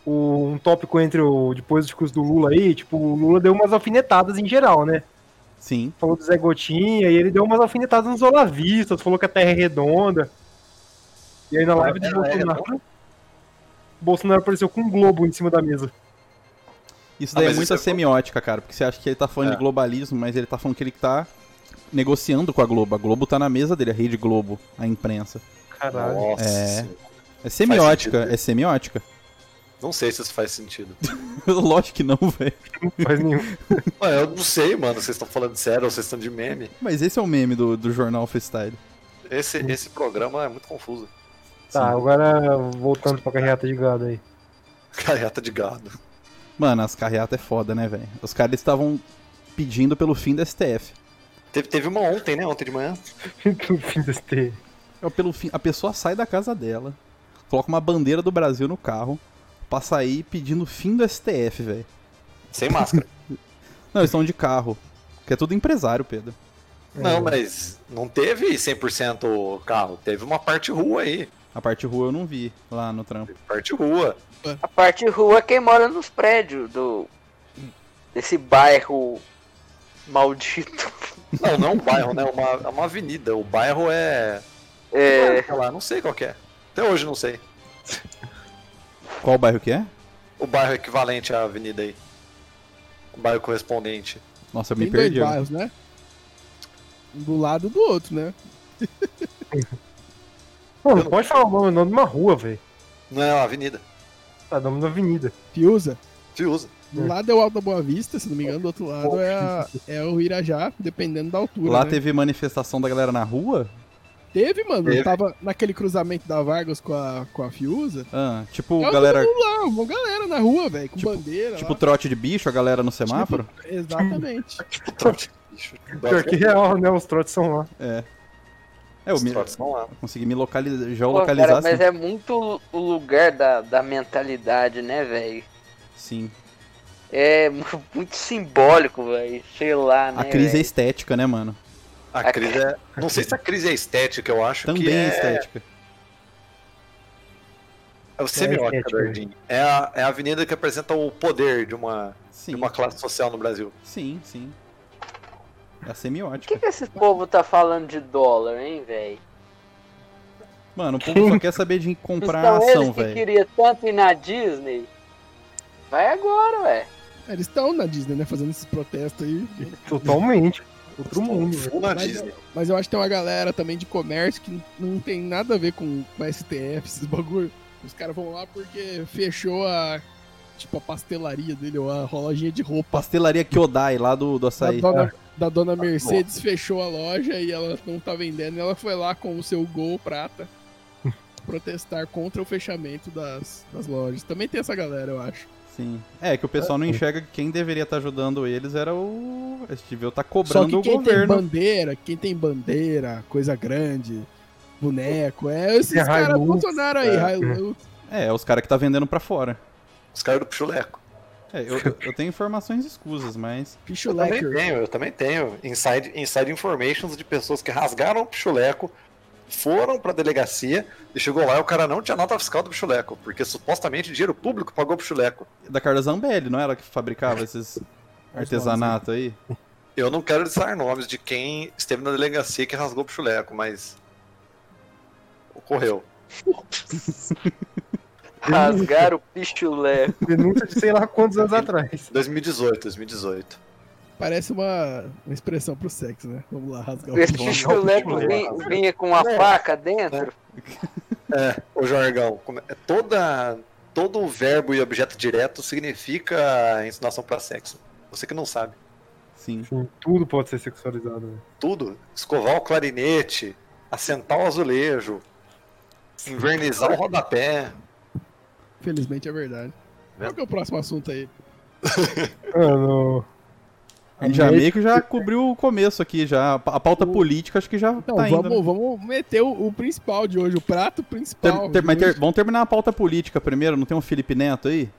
Speaker 3: o- um tópico entre o depois dos cursos do Lula aí, tipo, o Lula deu umas alfinetadas em geral, né?
Speaker 2: Sim.
Speaker 3: Falou do Zé Gotinha e ele deu umas alfinetadas nos olavistas, falou que a terra é redonda. E aí na live do
Speaker 4: Ela é
Speaker 3: Bolsonaro, Bolsonaro apareceu com um globo em cima da mesa.
Speaker 2: Isso
Speaker 4: Ah,
Speaker 2: daí é
Speaker 4: mas
Speaker 2: muita
Speaker 4: isso é-
Speaker 2: semiótica, cara, porque você acha que ele tá falando
Speaker 4: É.
Speaker 2: de globalismo, mas ele tá falando que ele tá negociando com a Globo. A Globo tá na mesa dele, a Rede Globo, a imprensa.
Speaker 3: Caralho.
Speaker 4: Nossa.
Speaker 2: É.
Speaker 4: senhora.
Speaker 2: É semiótica,
Speaker 4: sentido, né?
Speaker 2: é semiótica.
Speaker 4: Não sei se isso faz sentido.
Speaker 2: Lógico que não, velho.
Speaker 3: Não faz nenhum.
Speaker 4: Mano, eu não sei, mano. Vocês estão falando sério ou vocês estão de meme?
Speaker 2: Mas esse é o meme do, do jornal freestyle.
Speaker 4: Esse, esse programa é muito confuso.
Speaker 3: Tá,
Speaker 2: Sim.
Speaker 3: agora voltando pra carreata de gado aí.
Speaker 4: Carreata de gado.
Speaker 2: Mano, as carreatas é foda, né, velho? Os caras estavam pedindo pelo fim da STF.
Speaker 4: Teve, teve uma ontem, né? Ontem de manhã.
Speaker 3: Do fim deste.
Speaker 2: É o pelo fim, a pessoa sai da casa dela, coloca uma bandeira do Brasil no carro, pra sair pedindo o fim do STF, velho.
Speaker 4: Sem máscara.
Speaker 2: Não, eles estão de carro. Que é tudo empresário, Pedro.
Speaker 4: não, mas não teve 100% carro. Teve uma parte rua aí.
Speaker 2: A parte rua eu não vi lá no trampo.
Speaker 4: Parte rua.
Speaker 1: A parte rua é quem mora nos prédios do. desse bairro maldito.
Speaker 4: Não, não é um bairro, né? É uma, é uma avenida. O bairro é.
Speaker 1: É.
Speaker 4: Sei lá, não sei qual que é. Até hoje não sei.
Speaker 2: Qual bairro que é?
Speaker 4: O bairro equivalente à avenida aí. O bairro correspondente.
Speaker 2: Nossa, eu me
Speaker 5: Tem dois
Speaker 2: perdi. ó.
Speaker 5: bairros, né? Um do lado do outro, né?
Speaker 3: Pô, não pode falar o nome, o nome de uma rua, velho.
Speaker 4: Não é uma avenida.
Speaker 3: Tá, nome da avenida.
Speaker 5: Fiuza.
Speaker 4: Se usa.
Speaker 5: Do
Speaker 3: É.
Speaker 5: lado é o Alto da Boa Vista, se não me engano, do outro lado é, a- é o Irajá, dependendo da altura.
Speaker 2: Lá
Speaker 5: né?
Speaker 2: teve manifestação da galera na rua?
Speaker 5: Teve, mano.
Speaker 4: Teve.
Speaker 5: Tava naquele cruzamento da Vargas com a, com a Fiuza.
Speaker 2: Ah, tipo,
Speaker 5: Tava
Speaker 2: galera.
Speaker 5: todo mundo lá, uma galera na rua, velho, com
Speaker 2: Tipo-
Speaker 5: bandeira.
Speaker 2: Tipo,
Speaker 5: lá. Tipo,
Speaker 2: trote de bicho, a galera no semáforo?
Speaker 5: Exatamente.
Speaker 4: Bicho,
Speaker 3: Pior que real, né? Os trotes são lá.
Speaker 2: É. É, eu
Speaker 4: os
Speaker 2: me...
Speaker 4: trotes vão lá.
Speaker 2: consegui me localizar,
Speaker 1: Pô,
Speaker 2: geolocalizar
Speaker 1: cara,
Speaker 2: localizar assim.
Speaker 1: mas é muito o lugar da, da mentalidade, né, velho?
Speaker 2: sim.
Speaker 1: É mu- muito simbólico, velho. Sei lá, né?
Speaker 2: A crise é
Speaker 1: véi?
Speaker 2: estética, né, mano?
Speaker 4: A crise é. Não sei se a crise é estética, eu acho
Speaker 2: Também
Speaker 4: que
Speaker 2: é
Speaker 4: é.
Speaker 2: estética.
Speaker 4: É o semiótica,
Speaker 3: estética.
Speaker 4: Dardinho. É a, é a avenida que apresenta o poder de uma,
Speaker 2: Sim.
Speaker 4: de uma classe social no Brasil.
Speaker 2: Sim, sim. É a
Speaker 1: Por que,
Speaker 2: semiótica.
Speaker 1: que esse povo tá falando de dólar, hein, velho?
Speaker 2: Mano, o povo só quer saber de comprar
Speaker 1: Então eles
Speaker 2: ação,
Speaker 1: que
Speaker 2: velho.
Speaker 1: queria tanto ir na Disney, vai agora, ué.
Speaker 5: É, Eles estão na Disney, né? Fazendo esses protestos aí.
Speaker 3: Totalmente. Outro mundo, velho.
Speaker 4: Full na
Speaker 5: Mas-
Speaker 4: Disney.
Speaker 5: Mas eu acho que tem uma galera também de comércio que n- não tem nada a ver com, com STF, esses bagulho. Os caras vão lá porque fechou a. Tipo, a pastelaria dele, ou a lojinha de roupa.
Speaker 2: Pastelaria Kyodai lá do, do
Speaker 5: Da
Speaker 2: açaí.
Speaker 5: dona, da dona Mercedes fechou a loja e ela não tá vendendo. E ela foi lá com o seu Gol Prata protestar contra o fechamento das, das lojas. Também tem essa galera, eu acho.
Speaker 2: Sim. É, que o pessoal não enxerga que quem deveria estar ajudando eles era o. A STV tá
Speaker 5: Só
Speaker 2: cobrando
Speaker 5: que
Speaker 2: o
Speaker 5: quem tem
Speaker 2: governo.
Speaker 5: bandeira, quem tem bandeira, coisa grande, boneco, é esses
Speaker 3: É
Speaker 5: caras
Speaker 3: Hilux,
Speaker 5: Bolsonaro aí,
Speaker 4: é.
Speaker 5: Hilux.
Speaker 2: É, os caras que tá vendendo pra fora.
Speaker 4: Os caras do Pichuleco.
Speaker 2: É, eu, eu tenho informações escusas, mas.
Speaker 4: Eu também
Speaker 5: Pichulecker.
Speaker 4: tenho, eu também tenho. Inside, inside informations de pessoas que rasgaram o Pichuleco, foram pra delegacia e chegou lá e o cara não tinha nota fiscal do Pichuleco, porque supostamente dinheiro público pagou o Pichuleco.
Speaker 2: Da Carla Zambelli, não era que fabricava esses artesanato aí?
Speaker 4: Eu não quero dizer nomes de quem esteve na delegacia que rasgou o Pichuleco, mas. Ocorreu.
Speaker 1: Rasgaram o pichulé.
Speaker 3: Denúncia de sei lá quantos anos atrás.
Speaker 4: 2018, 2018.
Speaker 5: Parece uma, uma expressão pro sexo, né? Vamos lá, rasgar
Speaker 1: Esse
Speaker 5: o
Speaker 1: pichulé que
Speaker 4: pichulé.
Speaker 1: vin- vinha com uma faca dentro.
Speaker 4: É, o jargão. como é- Toda, todo o verbo e objeto direto significa ensinação pra sexo. Você que não sabe.
Speaker 2: Sim.
Speaker 3: Sim, tudo pode ser sexualizado, velho.
Speaker 4: Tudo. Escovar o clarinete, assentar o azulejo, invernizar o rodapé.
Speaker 5: Felizmente é verdade. Qual que é o próximo assunto aí?
Speaker 3: Mano.
Speaker 2: A gente já meio que já cobriu o começo aqui, já. A pauta política acho que já
Speaker 5: Então,
Speaker 2: tá indo.
Speaker 5: vamos,
Speaker 2: né?
Speaker 5: vamos meter o, o principal de hoje, o prato principal.
Speaker 2: Ter- ter-
Speaker 5: de
Speaker 2: mas ter-
Speaker 5: hoje.
Speaker 2: vamos terminar a pauta política primeiro, não tem um Felipe Neto aí?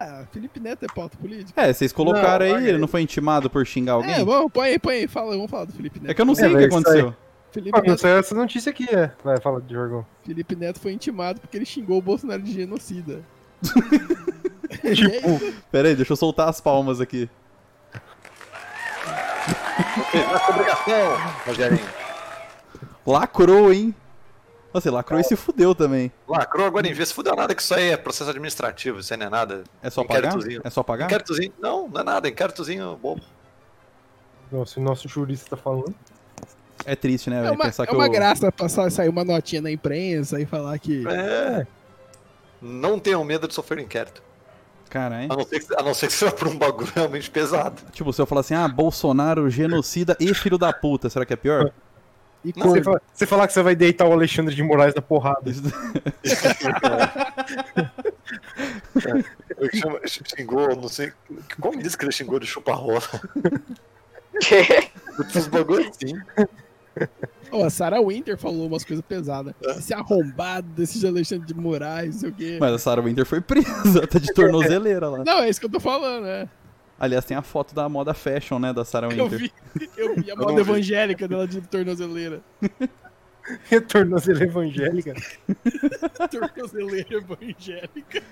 Speaker 5: Ah, Felipe Neto é pauta política.
Speaker 2: É, vocês colocaram
Speaker 3: Não,
Speaker 2: aí, ele não foi intimado por xingar alguém?
Speaker 5: É, vamos, põe aí, põe aí, fala, vamos falar do Felipe Neto.
Speaker 2: É que eu não sei
Speaker 3: É,
Speaker 2: o que
Speaker 3: velho, isso
Speaker 2: aconteceu.
Speaker 5: Felipe,
Speaker 3: Mano,
Speaker 5: Neto,
Speaker 3: saiu essa notícia aqui, é. Vai, fala de jargão.
Speaker 5: Felipe Neto foi intimado porque ele xingou o Bolsonaro de genocida.
Speaker 3: Tipo,
Speaker 2: Pera aí, deixa eu soltar as palmas aqui.
Speaker 4: Nossa obrigação, Rogerinho.
Speaker 2: Lacrou, hein? Nossa, ele lacrou e se fudeu também.
Speaker 4: Lacrou, agora em vez, se fudeu nada, que isso aí é processo administrativo, isso aí não é nada.
Speaker 2: É só pagar?
Speaker 4: Inquéritozinho.
Speaker 2: É só pagar?
Speaker 4: Inquéritozinho, não, não é nada, inquéritozinho bobo.
Speaker 3: nossa, o nosso jurista tá falando.
Speaker 2: É triste, né,
Speaker 5: É
Speaker 2: velho?
Speaker 5: uma,
Speaker 2: Pensar
Speaker 5: é
Speaker 2: que
Speaker 5: uma
Speaker 2: eu-
Speaker 5: graça passar, sair uma notinha na imprensa e falar que.
Speaker 4: É. Não tenham medo de sofrer inquérito.
Speaker 2: Caralho.
Speaker 4: A não ser que, a não ser que seja por um bagulho realmente pesado.
Speaker 2: Tipo, se eu falar assim, ah, Bolsonaro, genocida e filho da puta, será que é pior?
Speaker 5: E
Speaker 3: Não,
Speaker 5: corno.
Speaker 3: você, fala- você falar que você vai deitar o Alexandre de Moraes na porrada.
Speaker 2: Isso-
Speaker 4: Eu que chamo- xingou, não sei. Como diz que ele xingou de chupa-rola? Esses bagulho assim.
Speaker 5: Ó, a Sarah Winter falou umas coisas pesadas. Esse arrombado desse Alexandre de Moraes, não sei o quê.
Speaker 2: Mas a Sarah Winter foi presa, tá de tornozeleira lá.
Speaker 5: Não, é isso que eu tô falando, né?
Speaker 2: Aliás, tem a foto da moda fashion, né, da Sarah
Speaker 5: Eu
Speaker 2: Winter.
Speaker 5: vi, eu vi a
Speaker 4: não
Speaker 5: moda
Speaker 4: vi.
Speaker 5: evangélica dela de tornozeleira.
Speaker 3: Tornozela evangélica.
Speaker 5: Tornozeleira evangélica.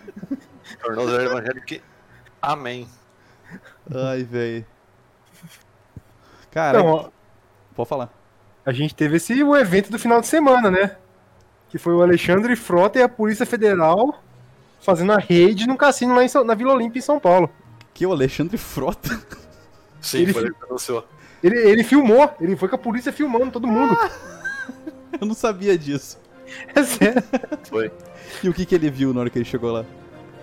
Speaker 4: Tornou evangélico que. Amém.
Speaker 2: Ai, velho. Cara,
Speaker 3: Então, ó,
Speaker 2: pode falar.
Speaker 3: a gente teve esse o evento do final de semana, né? Que foi o Alexandre Frota e a Polícia Federal fazendo a rede num cassino lá em São- na Vila Olímpia, em São Paulo.
Speaker 2: Que o Alexandre Frota.
Speaker 4: Sim,
Speaker 3: Ele
Speaker 4: foi ele que anunciou.
Speaker 3: Ele, ele filmou, ele foi com a polícia filmando todo mundo.
Speaker 2: Eu não sabia disso.
Speaker 3: É sério.
Speaker 4: Foi.
Speaker 2: E o que, que ele viu na hora que ele chegou lá?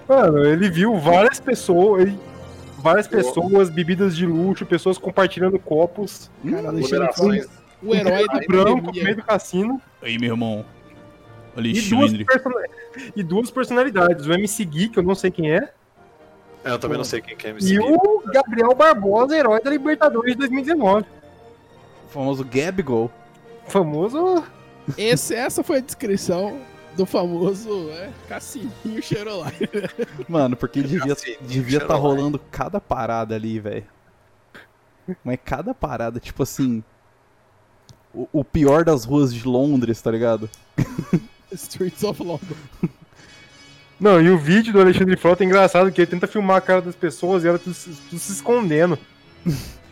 Speaker 3: Mano, ele viu várias pessoas, ele- várias
Speaker 4: Eu-
Speaker 3: pessoas, bebidas de luxo, pessoas compartilhando copos,
Speaker 2: Hum,
Speaker 5: Cara, Alexandre
Speaker 4: Moderações.
Speaker 5: Frota, o herói
Speaker 3: um
Speaker 5: da
Speaker 3: preto branco no
Speaker 5: pandemia.
Speaker 3: meio do cassino
Speaker 2: Aí, meu irmão.
Speaker 3: e duas, persona- e duas personalidades, o MC Gui, que eu não sei quem é,
Speaker 4: Eu também não sei quem que é MC.
Speaker 3: e o Gabriel Barbosa, herói da Libertadores de 2019.
Speaker 2: O famoso Gabigol.
Speaker 3: Famoso
Speaker 5: Esse, essa foi a descrição do famoso é, Cassininho Xerolai.
Speaker 2: Mano, porque devia
Speaker 4: Assim,
Speaker 2: devia
Speaker 4: cheiro
Speaker 2: tá
Speaker 4: lá.
Speaker 2: rolando cada parada ali, velho. Mas cada parada, tipo assim. O, o pior das ruas de Londres, tá ligado?
Speaker 5: Streets of London.
Speaker 3: Não, e o vídeo do Alexandre Frota é engraçado, que ele tenta filmar a cara das pessoas e ela tudo, se- tudo se escondendo.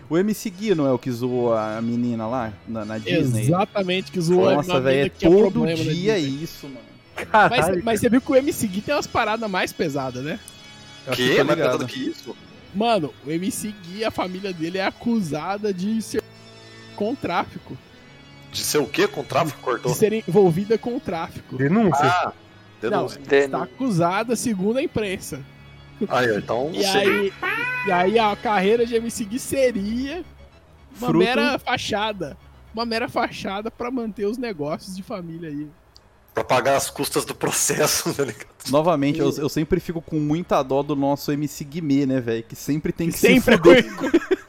Speaker 2: O MC Gui não é o que zoou a menina lá na, na Disney?
Speaker 5: Exatamente, que zoou a
Speaker 2: Nossa,
Speaker 5: mina
Speaker 2: velho, é
Speaker 5: que tinha
Speaker 2: todo
Speaker 5: problema na
Speaker 2: dia
Speaker 5: Disney.
Speaker 2: isso, mano.
Speaker 5: Mas, mas você viu que o MC Gui tem umas paradas mais pesadas, né?
Speaker 2: Eu acho
Speaker 4: Que?
Speaker 2: eu tô
Speaker 4: Mais
Speaker 2: ligado.
Speaker 4: pesado que isso?
Speaker 5: Mano, o MC Gui, a família dele é acusada de ser com tráfico.
Speaker 4: De ser o quê? Com tráfico cortou?
Speaker 5: De ser envolvida com tráfico.
Speaker 3: Denúncia.
Speaker 4: Ah, denúncia.
Speaker 5: Está acusada, segundo a imprensa.
Speaker 4: Aí, ó, então não
Speaker 5: E
Speaker 4: sei.
Speaker 5: aí, e aí a carreira de MC Gui seria uma
Speaker 2: Fruto-
Speaker 5: mera fachada. Uma mera fachada pra manter os negócios de família aí.
Speaker 4: Pra pagar as custas do processo, tá ligado?
Speaker 2: Novamente, eu, eu sempre fico com muita dó do nosso MC Guimê, né, velho? Que sempre tem que se
Speaker 5: sempre,
Speaker 2: fuder.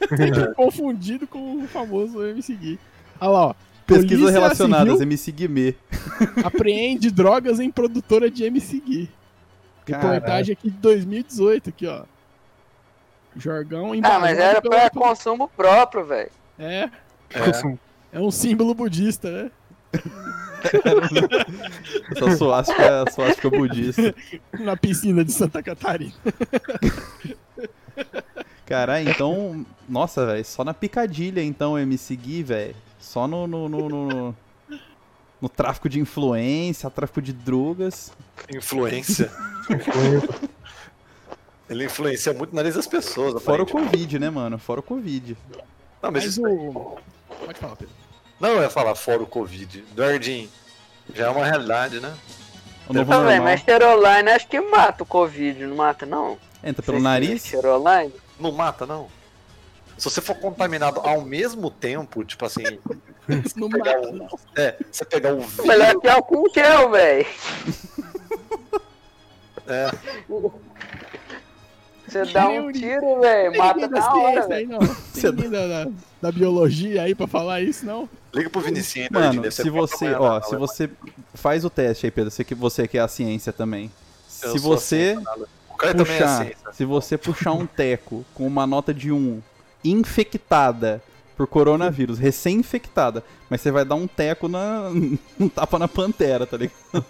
Speaker 5: é sempre confundido com o famoso MC Gui. Olha lá, ó.
Speaker 2: Pesquisas
Speaker 5: Polícia assim,
Speaker 2: relacionadas,
Speaker 5: Civil
Speaker 2: MC Guimê.
Speaker 5: Apreende drogas em produtora de MC Gui. Reportagem aqui de 2018, aqui, ó. Jorgão em
Speaker 1: Ah, mas era pra consumo próprio, velho.
Speaker 5: É,
Speaker 3: Consumo.
Speaker 5: é um símbolo budista, né?
Speaker 2: Essa suástica, suástica budista.
Speaker 5: Na piscina de Santa Catarina.
Speaker 2: Caralho, então. Nossa, velho. Só na picadilha, então, MC Gui, velho. Só no. No, no, no- no tráfico de influência, tráfico de drogas.
Speaker 4: Influência. Ele influencia muito na nariz das pessoas.
Speaker 2: Fora o
Speaker 4: aparentemente.
Speaker 2: Covid, né, mano? Fora o Covid.
Speaker 4: Não, mas
Speaker 5: Mas
Speaker 4: isso-
Speaker 5: o. Pode falar, Pedro.
Speaker 4: não eu ia falar fora o Covid. Dordin, já é uma realidade, né?
Speaker 2: O novo
Speaker 1: Não, velho,
Speaker 2: normal.
Speaker 1: mas Cheroline acho que mata o Covid, não mata não? é
Speaker 2: Entra pelo
Speaker 1: Vocês
Speaker 2: nariz.
Speaker 1: viram Cheroline?
Speaker 4: Não mata, não. Se você for contaminado ao mesmo tempo, tipo assim,
Speaker 5: Isso não
Speaker 4: pegar
Speaker 5: mata,
Speaker 4: o-
Speaker 5: não.
Speaker 4: é, você pegar o vírus,
Speaker 1: Melhor que álcool gel, velho.
Speaker 4: É.
Speaker 1: Você dá um tiro, velho, mata
Speaker 5: Tem ninguém da
Speaker 1: na hora,
Speaker 5: ciência
Speaker 1: velho.
Speaker 5: aí, não. Tem ninguém da, da- da biologia aí pra falar isso, não?
Speaker 4: liga pro Vinicius, então, hein, Dordin,
Speaker 2: Mano,
Speaker 4: deve ser
Speaker 2: se você,
Speaker 4: contaminado
Speaker 2: ó,
Speaker 4: na
Speaker 2: se você faz o teste aí, Pedro, você que você que é a ciência também.
Speaker 4: Eu
Speaker 2: Se
Speaker 4: sou
Speaker 2: você
Speaker 4: assim, nada. o cara também é
Speaker 2: puxar,
Speaker 4: assim, né?
Speaker 2: se você puxar um teco com uma nota de 1 infectada por coronavírus, recém-infectada, mas você vai dar um teco na um tapa na pantera, tá ligado?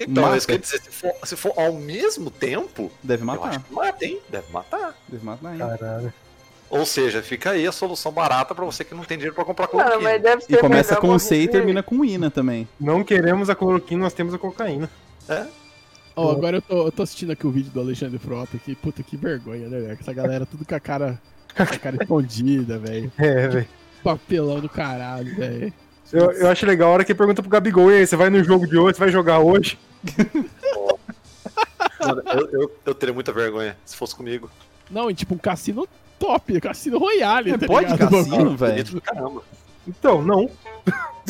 Speaker 4: Então,
Speaker 2: mata.
Speaker 4: isso quer dizer, se for, se for ao mesmo tempo,
Speaker 2: Deve
Speaker 4: eu acho
Speaker 2: matar.
Speaker 4: que mata, hein? Deve matar.
Speaker 2: Deve matar. hein?
Speaker 3: Caralho.
Speaker 4: Ou seja, fica aí a solução barata pra você que não tem dinheiro pra comprar
Speaker 1: Mano, mas
Speaker 4: cloroquina.
Speaker 1: deve ser
Speaker 2: E começa
Speaker 1: melhor
Speaker 2: com
Speaker 4: um
Speaker 1: você-
Speaker 2: C e termina com Ina também.
Speaker 3: Não queremos a cloroquina, nós temos a cocaína.
Speaker 5: Ó, agora eu tô, eu tô assistindo aqui o vídeo do Alexandre Frota aqui. Puta que vergonha, né, velho? Essa galera tudo com a cara. Com a cara escondida, velho.
Speaker 3: É, velho.
Speaker 5: Papelão do caralho, velho.
Speaker 3: Eu, eu acho legal a hora que ele pergunta pro Gabigol, e aí, você vai no jogo de hoje, você vai jogar hoje?
Speaker 4: Mano, eu, eu, eu teria muita vergonha se fosse comigo.
Speaker 5: Não, e tipo um cassino top, um cassino royale, tá
Speaker 2: pode
Speaker 5: ligado?
Speaker 2: cassino, velho?
Speaker 4: Bonito do caramba.
Speaker 3: Então, não.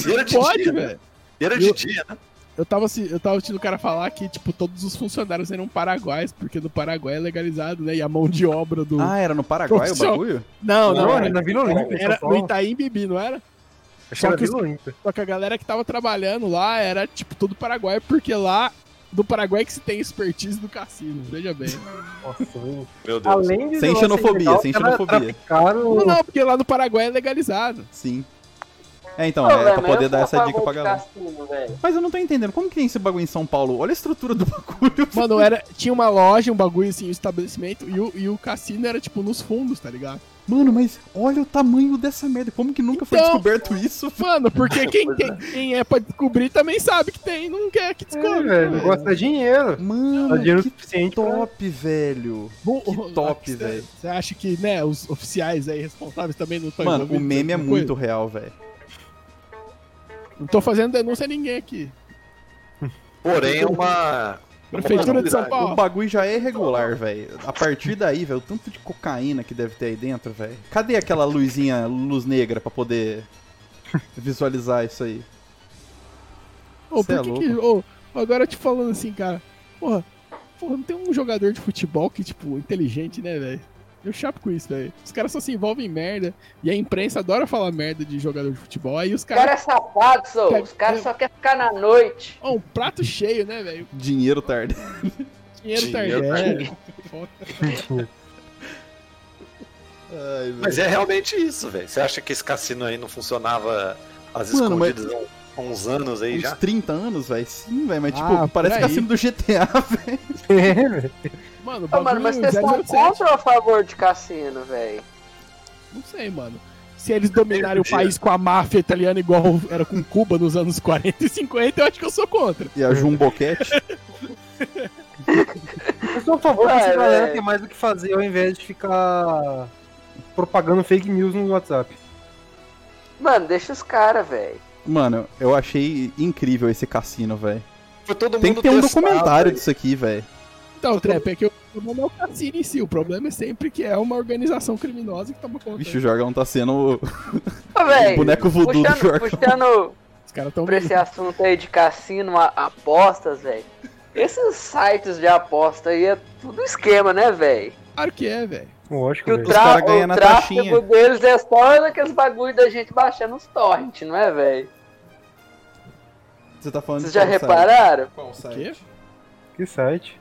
Speaker 4: E era de
Speaker 5: Pode,
Speaker 4: dia, né?
Speaker 5: velho.
Speaker 4: E era de
Speaker 5: Eu-
Speaker 4: dia, né?
Speaker 5: Eu tava, assi- eu tava assistindo o cara falar que, tipo, todos os funcionários eram paraguaios, porque no Paraguai é legalizado, né? E a mão de obra
Speaker 4: Hum.
Speaker 5: do.
Speaker 2: Ah, era no Paraguai o
Speaker 5: Profissional.
Speaker 2: bagulho?
Speaker 5: não, não,
Speaker 3: era
Speaker 5: era,
Speaker 3: é na Vila Olímpia. em São
Speaker 5: era no
Speaker 3: Paulo.
Speaker 5: Itaim Bibi, não era?
Speaker 3: Acho que era
Speaker 5: só que os-
Speaker 3: é Vila Olímpia.
Speaker 5: Só que a galera que tava trabalhando lá era, tipo, todo Paraguai, porque lá do Paraguai é que se tem expertise do cassino, veja bem.
Speaker 3: Nossa, velho.
Speaker 4: Meu Deus.
Speaker 3: Além de
Speaker 2: Sem
Speaker 3: negócio
Speaker 4: assim,
Speaker 2: xenofobia,
Speaker 3: ilegal,
Speaker 2: sem
Speaker 3: os caras
Speaker 2: xenofobia.
Speaker 3: traficaram-
Speaker 5: não, não, porque lá no Paraguai é legalizado.
Speaker 2: Sim. É, então,
Speaker 1: Não,
Speaker 2: é
Speaker 1: velho,
Speaker 2: pra
Speaker 1: mas
Speaker 2: poder
Speaker 1: eu
Speaker 2: dar
Speaker 1: sou assim, a
Speaker 2: essa dica
Speaker 1: favor
Speaker 2: pra
Speaker 1: de
Speaker 2: galera.
Speaker 1: cassino, velho.
Speaker 2: Mas eu não tô entendendo, como que tem esse bagulho em São Paulo? Olha a estrutura do bagulho.
Speaker 5: Mano, é- era, tinha uma loja, um bagulho assim, um estabelecimento, e o, e o cassino era, tipo, nos fundos, tá ligado?
Speaker 2: Mano, mas olha o tamanho dessa merda. Como que nunca foi
Speaker 5: Então-
Speaker 2: descoberto isso?
Speaker 5: Mano, porque quem, tem- quem é pra descobrir também sabe que tem, não quer que
Speaker 3: É,
Speaker 5: descobre.
Speaker 3: velho, não gosta de dinheiro. Dá
Speaker 2: Mano,
Speaker 3: dinheiro
Speaker 2: que
Speaker 3: suficiente pra...
Speaker 2: top, velho.
Speaker 5: Bom,
Speaker 2: Que
Speaker 5: o-
Speaker 2: top,
Speaker 5: cê-
Speaker 2: velho.
Speaker 5: Você acha que, né, os oficiais aí responsáveis também não estão
Speaker 2: Mano, o
Speaker 5: envolvidos
Speaker 2: meme é
Speaker 5: nessa coisa?
Speaker 2: muito real, velho.
Speaker 5: Não tô fazendo denúncia a ninguém aqui.
Speaker 4: Porém, é uma.
Speaker 5: Prefeitura de São
Speaker 4: Verdade.
Speaker 5: Paulo.
Speaker 2: O bagulho já é irregular, velho. A partir daí, velho, o tanto de cocaína que deve ter aí dentro, velho. Cadê aquela luzinha, luz negra, pra poder visualizar isso aí?
Speaker 5: Ô,
Speaker 2: Cê é
Speaker 5: por que que. ô, agora te falando assim, cara. Porra, porra, não tem um jogador de futebol que, tipo, inteligente, né, velho? Eu chapo com isso, velho. Os caras só se envolvem em merda. E a imprensa adora falar merda de jogador de futebol. Aí os
Speaker 1: Os caras
Speaker 5: caras.
Speaker 1: é safado, sou. Os caras só querem ficar na noite.
Speaker 5: Ó, um prato cheio, né, velho?
Speaker 2: Dinheiro tarde.
Speaker 5: Dinheiro
Speaker 4: Dinheiro
Speaker 5: tarde. Foda.
Speaker 2: Ai, velho.
Speaker 4: Mas é realmente isso, velho. Você acha que esse cassino aí não funcionava às
Speaker 2: Mano, mas-
Speaker 4: escondidas há uns anos aí
Speaker 2: Uns
Speaker 4: já?
Speaker 2: 30 anos, velho. Sim, velho. Mas, tipo,
Speaker 5: Ah, por
Speaker 2: parece
Speaker 5: aí.
Speaker 2: cassino do GTA, velho.
Speaker 3: É, velho.
Speaker 5: Mano, o
Speaker 1: Ô, Ah, mano, tá
Speaker 5: bagulho
Speaker 1: mas vocês são
Speaker 5: 007.
Speaker 1: contra ou a favor de cassino, velho?
Speaker 5: Não sei, mano. Se eles dominarem o país com a máfia italiana igual era com Cuba nos anos 40 e 50, eu acho que eu sou contra.
Speaker 2: E a Jumboquete?
Speaker 3: Eu sou a favor que
Speaker 1: Ah,
Speaker 3: essa
Speaker 1: é.
Speaker 3: galera tem mais o que fazer ao invés de ficar propagando fake news no WhatsApp.
Speaker 1: Mano, deixa os caras, velho.
Speaker 2: Mano, eu achei incrível esse cassino, velho.
Speaker 4: Foi todo
Speaker 2: Tem que
Speaker 4: mundo
Speaker 2: ter um
Speaker 4: testado,
Speaker 2: documentário
Speaker 4: velho.
Speaker 2: disso aqui, velho.
Speaker 5: Então, Trap, é que o problema é o cassino em si. O problema é sempre que é uma organização criminosa que toma conta.
Speaker 2: Vixe, o Jorgão tá sendo
Speaker 1: Ô,
Speaker 2: o
Speaker 1: velho,
Speaker 2: Um boneco voodoo do
Speaker 1: puxando,
Speaker 2: Jorgão.
Speaker 1: puxando
Speaker 5: Os caras estão
Speaker 1: pra esse assunto aí de cassino, a- apostas, velho. Esses sites de aposta aí é tudo esquema, né, velho?
Speaker 5: Claro que é, velho.
Speaker 3: Lógico,
Speaker 1: Que o,
Speaker 3: velho.
Speaker 2: tra-
Speaker 1: tra
Speaker 2: cara ganha
Speaker 1: o
Speaker 2: na
Speaker 1: tráfego
Speaker 2: taxinha.
Speaker 1: deles é só aqueles bagulho da gente baixando os torrent, não é, velho?
Speaker 2: Você tá falando
Speaker 1: Vocês
Speaker 2: de
Speaker 1: já
Speaker 2: qual site?
Speaker 1: repararam?
Speaker 2: Qual
Speaker 5: Quê?
Speaker 3: Que site.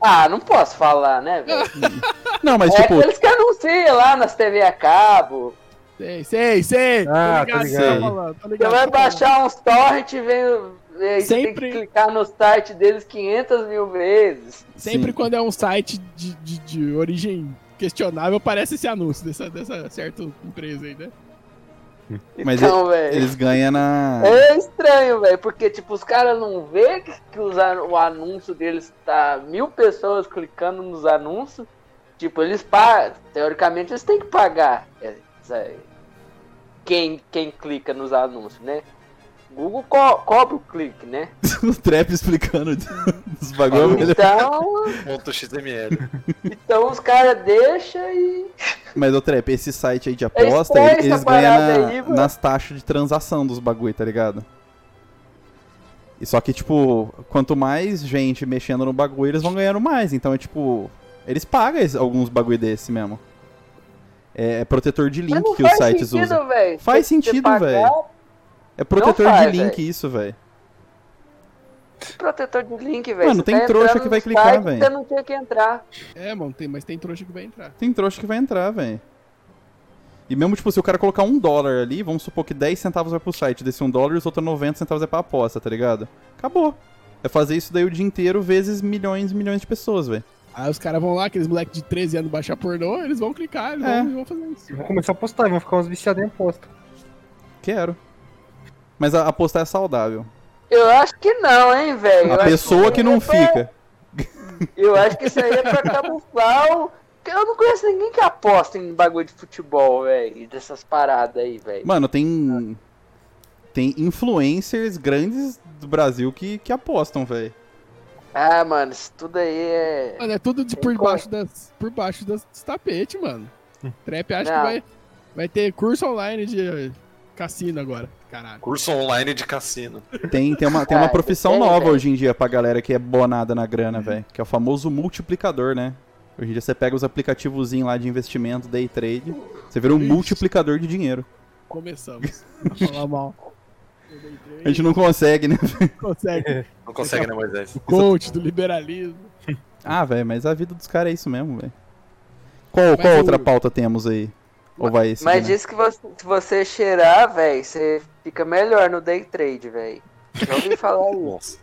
Speaker 1: Ah, não posso falar, né, velho?
Speaker 2: Não, mas
Speaker 1: é
Speaker 2: tipo,
Speaker 1: aqueles que anunciam lá nas TV a cabo.
Speaker 5: Sei, sei, sei.
Speaker 3: Ah,
Speaker 5: Tô
Speaker 3: tá
Speaker 5: ligado,
Speaker 2: ligado.
Speaker 5: tô falando, tô
Speaker 1: Você
Speaker 5: ligado,
Speaker 1: vai
Speaker 5: tô falando.
Speaker 1: baixar uns torrent e vem... e aí você
Speaker 5: Sempre-
Speaker 1: tem que clicar no site deles 500 mil vezes.
Speaker 2: Sim.
Speaker 5: Sempre quando é um site de, de, de origem questionável, aparece esse anúncio dessa, dessa certa empresa aí, né?
Speaker 2: Mas
Speaker 1: então, velho...
Speaker 2: eles ganham na.
Speaker 1: É estranho, velho, porque tipo, os caras não vê que, que os an- o anúncio deles tá mil pessoas clicando nos anúncios. Tipo, eles pagam. Teoricamente eles têm que pagar essa- quem, quem clica nos anúncios, né? Google co- cobra o clique, né?
Speaker 2: o trap explicando os bagulhos.
Speaker 1: Então,
Speaker 4: Ponto XML.
Speaker 1: então os caras deixam e.
Speaker 2: Mas, ô Trap, esse site aí de aposta,
Speaker 1: estranho
Speaker 2: eles,
Speaker 1: essa
Speaker 2: eles ganham
Speaker 1: parada
Speaker 2: na-
Speaker 1: aí, mano.
Speaker 2: nas taxas de transação dos bagulho, tá ligado? E só que, tipo, quanto mais gente mexendo no bagulho, eles vão ganhando mais. Então é tipo. Eles pagam es- alguns bagulho desse mesmo. É, é protetor de
Speaker 1: Mas
Speaker 2: link
Speaker 1: não
Speaker 2: que os
Speaker 1: faz
Speaker 2: sites usam.
Speaker 1: sentido, velho.
Speaker 2: Faz
Speaker 1: Você- você
Speaker 2: sentido,
Speaker 1: pagar
Speaker 2: velho. É protetor
Speaker 1: faz,
Speaker 2: de link
Speaker 1: velho.
Speaker 2: isso, velho.
Speaker 1: Protetor de link, velho.
Speaker 2: Mano,
Speaker 1: Você
Speaker 2: tem
Speaker 1: tá
Speaker 2: trouxa
Speaker 1: entrando
Speaker 2: que vai
Speaker 1: no
Speaker 2: clicar,
Speaker 1: site,
Speaker 2: velho.
Speaker 1: Você não tinha que entrar.
Speaker 5: É, mano, tem, mas tem trouxa que vai entrar.
Speaker 2: Tem trouxa que vai entrar, velho. E mesmo, tipo, se o cara colocar um dólar ali, vamos supor que 10 centavos vai pro site desse um dólar e os outros 90 centavos é pra aposta, tá ligado? Acabou. É fazer isso daí o dia inteiro vezes milhões e milhões de pessoas, velho.
Speaker 5: Aí os caras vão lá, aqueles moleques de 13 anos baixar pornô, eles vão clicar, eles
Speaker 2: É.
Speaker 5: vão, vão fazer isso.
Speaker 3: Vão começar a postar, vão ficar uns viciados em aposta.
Speaker 2: Quero. Mas a apostar é saudável.
Speaker 1: Eu acho que não, hein, velho. Eu
Speaker 2: a
Speaker 1: acho
Speaker 2: pessoa que,
Speaker 1: isso
Speaker 2: não
Speaker 1: aí é pra-
Speaker 2: fica.
Speaker 1: Eu acho que isso aí é pra camuflar o. Eu não conheço ninguém que aposta em bagulho de futebol, velho. e Dessas paradas aí, velho.
Speaker 2: Mano, tem. Tem influencers grandes do Brasil que, que apostam, velho.
Speaker 1: Ah, mano, isso tudo aí é.
Speaker 5: Mano, é tudo de por baixo das, por baixo das, dos tapetes, mano. Trap acha
Speaker 1: Não.
Speaker 5: que vai, vai ter curso online de eh, cassino agora. Caralho.
Speaker 4: Curso online de cassino.
Speaker 2: Tem, tem uma, tem
Speaker 1: Ah,
Speaker 2: uma profissão
Speaker 1: tem,
Speaker 2: nova
Speaker 1: velho.
Speaker 2: hoje em dia pra galera que é bonada na grana, velho. Que é o famoso multiplicador, né? Hoje em dia você pega os aplicativozinhos lá de investimento, day trade, você vira um
Speaker 5: Ixi.
Speaker 2: multiplicador de dinheiro.
Speaker 5: Começamos. a falar mal. Eu dei
Speaker 2: A
Speaker 5: três,
Speaker 2: gente não consegue, né?
Speaker 5: Consegue.
Speaker 4: Não consegue, né, Moisés?
Speaker 5: Do coach, do liberalismo.
Speaker 2: Ah, velho, mas a vida dos caras é isso mesmo, velho. Qual, qual
Speaker 5: Mas
Speaker 2: outra
Speaker 5: o-
Speaker 2: pauta temos aí? Ou vai esse?
Speaker 1: Mas
Speaker 2: né?
Speaker 1: diz que você, se você cheirar, velho, você fica melhor no day trade, velho. Já ouvi falar isso.
Speaker 4: Nossa.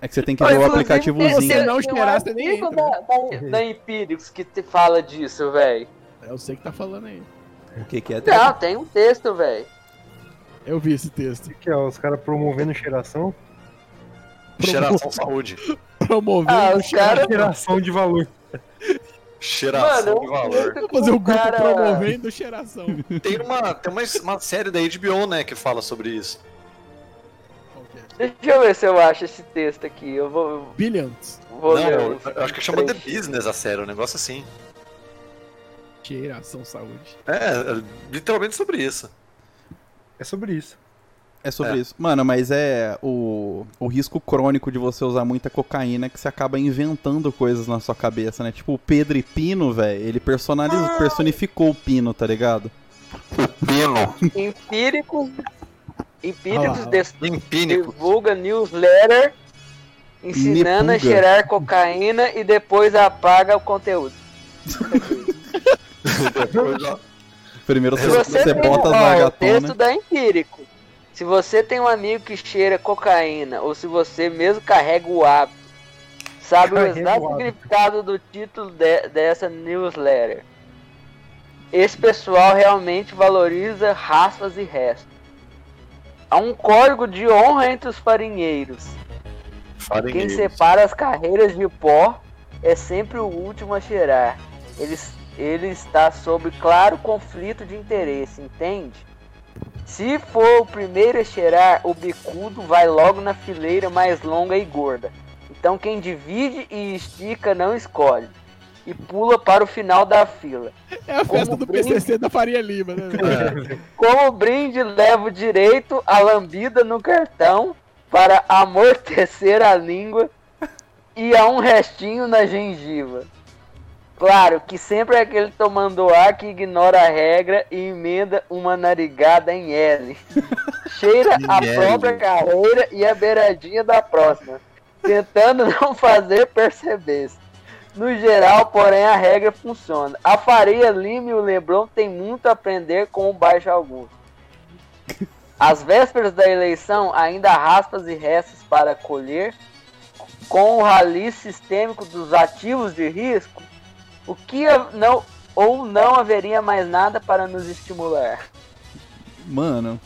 Speaker 2: É que você tem que
Speaker 1: Não,
Speaker 2: ver o
Speaker 1: inclusive,
Speaker 2: aplicativozinho.
Speaker 5: você
Speaker 1: tem-
Speaker 5: não
Speaker 1: tem um
Speaker 5: cheirar, você nem
Speaker 1: artigo
Speaker 5: entra, né?
Speaker 1: da, da, da Empíricos que te fala disso, velho.
Speaker 5: Eu sei que tá falando aí.
Speaker 2: O que, que é?
Speaker 1: Não, tem um texto, velho.
Speaker 5: Eu vi esse texto.
Speaker 3: O que é? Os caras promovendo geração?
Speaker 4: Cheiração saúde.
Speaker 5: Promover
Speaker 1: Ah,
Speaker 5: o
Speaker 1: os caras.
Speaker 3: Geração de valor.
Speaker 1: Mano,
Speaker 4: Cheiração
Speaker 1: eu
Speaker 4: de
Speaker 1: não
Speaker 4: valor.
Speaker 1: acredito que
Speaker 5: Fazer o grupo
Speaker 1: cara-
Speaker 5: promovendo cheiração.
Speaker 4: Tem uma, tem uma, uma série da HBO, né, que fala sobre isso.
Speaker 1: Deixa eu ver se eu acho esse texto aqui. Eu vou,
Speaker 5: Billions.
Speaker 1: Vou
Speaker 4: não,
Speaker 1: ler
Speaker 4: eu,
Speaker 1: uns
Speaker 4: eu acho que chama The
Speaker 1: trechos.
Speaker 4: Business a série, um negócio assim.
Speaker 5: Cheiração saúde.
Speaker 4: É, é literalmente sobre isso.
Speaker 3: É sobre isso.
Speaker 2: É sobre
Speaker 4: É.
Speaker 2: isso. Mano, mas é o, o risco crônico de você usar muita cocaína que você acaba inventando coisas na sua cabeça, né? Tipo o Pedro e Pino, velho, ele personalizou,
Speaker 5: Ah.
Speaker 2: personificou o Pino, tá ligado?
Speaker 4: Pino.
Speaker 1: Empíricos,
Speaker 5: Ah
Speaker 1: empíricos
Speaker 4: Ah,
Speaker 5: lá.
Speaker 1: des-
Speaker 4: Empínico.
Speaker 1: divulga newsletter ensinando
Speaker 2: Nepuga.
Speaker 1: a cheirar cocaína e depois apaga o conteúdo.
Speaker 2: Primeiro você,
Speaker 1: Se você,
Speaker 2: você
Speaker 1: tem um
Speaker 2: bota
Speaker 1: ó,
Speaker 2: as na
Speaker 1: o texto
Speaker 2: gatona.
Speaker 1: da Empírico. Se você tem um amigo que cheira cocaína ou se você mesmo carrega o hábito, sabe
Speaker 3: Carrega
Speaker 1: o exato
Speaker 3: o hábito.
Speaker 1: significado do título de- dessa newsletter. Esse pessoal realmente valoriza raças e restos. Há um código de honra entre os farinheiros.
Speaker 4: Falem
Speaker 1: Quem
Speaker 4: neles.
Speaker 1: separa as carreiras de pó é sempre o último a cheirar. Ele, ele está sob claro conflito de interesse, entende? Se for o primeiro a cheirar, o bicudo vai logo na fileira mais longa e gorda. Então quem divide e estica não escolhe. E pula para o final da fila.
Speaker 5: É a festa do
Speaker 1: brinco.
Speaker 5: PCC da Faria Lima,
Speaker 2: É.
Speaker 5: né? velho?
Speaker 1: Como brinde, leva o direito à lambida no cartão para amortecer a língua e a um restinho na gengiva. Claro que sempre é aquele tomando ar que ignora a regra e emenda uma narigada em L. Cheira a
Speaker 4: Em L.
Speaker 1: própria carreira e a beiradinha da próxima, tentando não fazer perceber-se. No geral, porém, a regra funciona. A Faria Lima e o Leblon têm muito a aprender com o Baixo Augusto. Às vésperas da eleição, ainda há raspas e restos para colher. Com o rali sistêmico dos ativos de risco, o que a- não ou não haveria mais nada para nos estimular.
Speaker 2: Mano.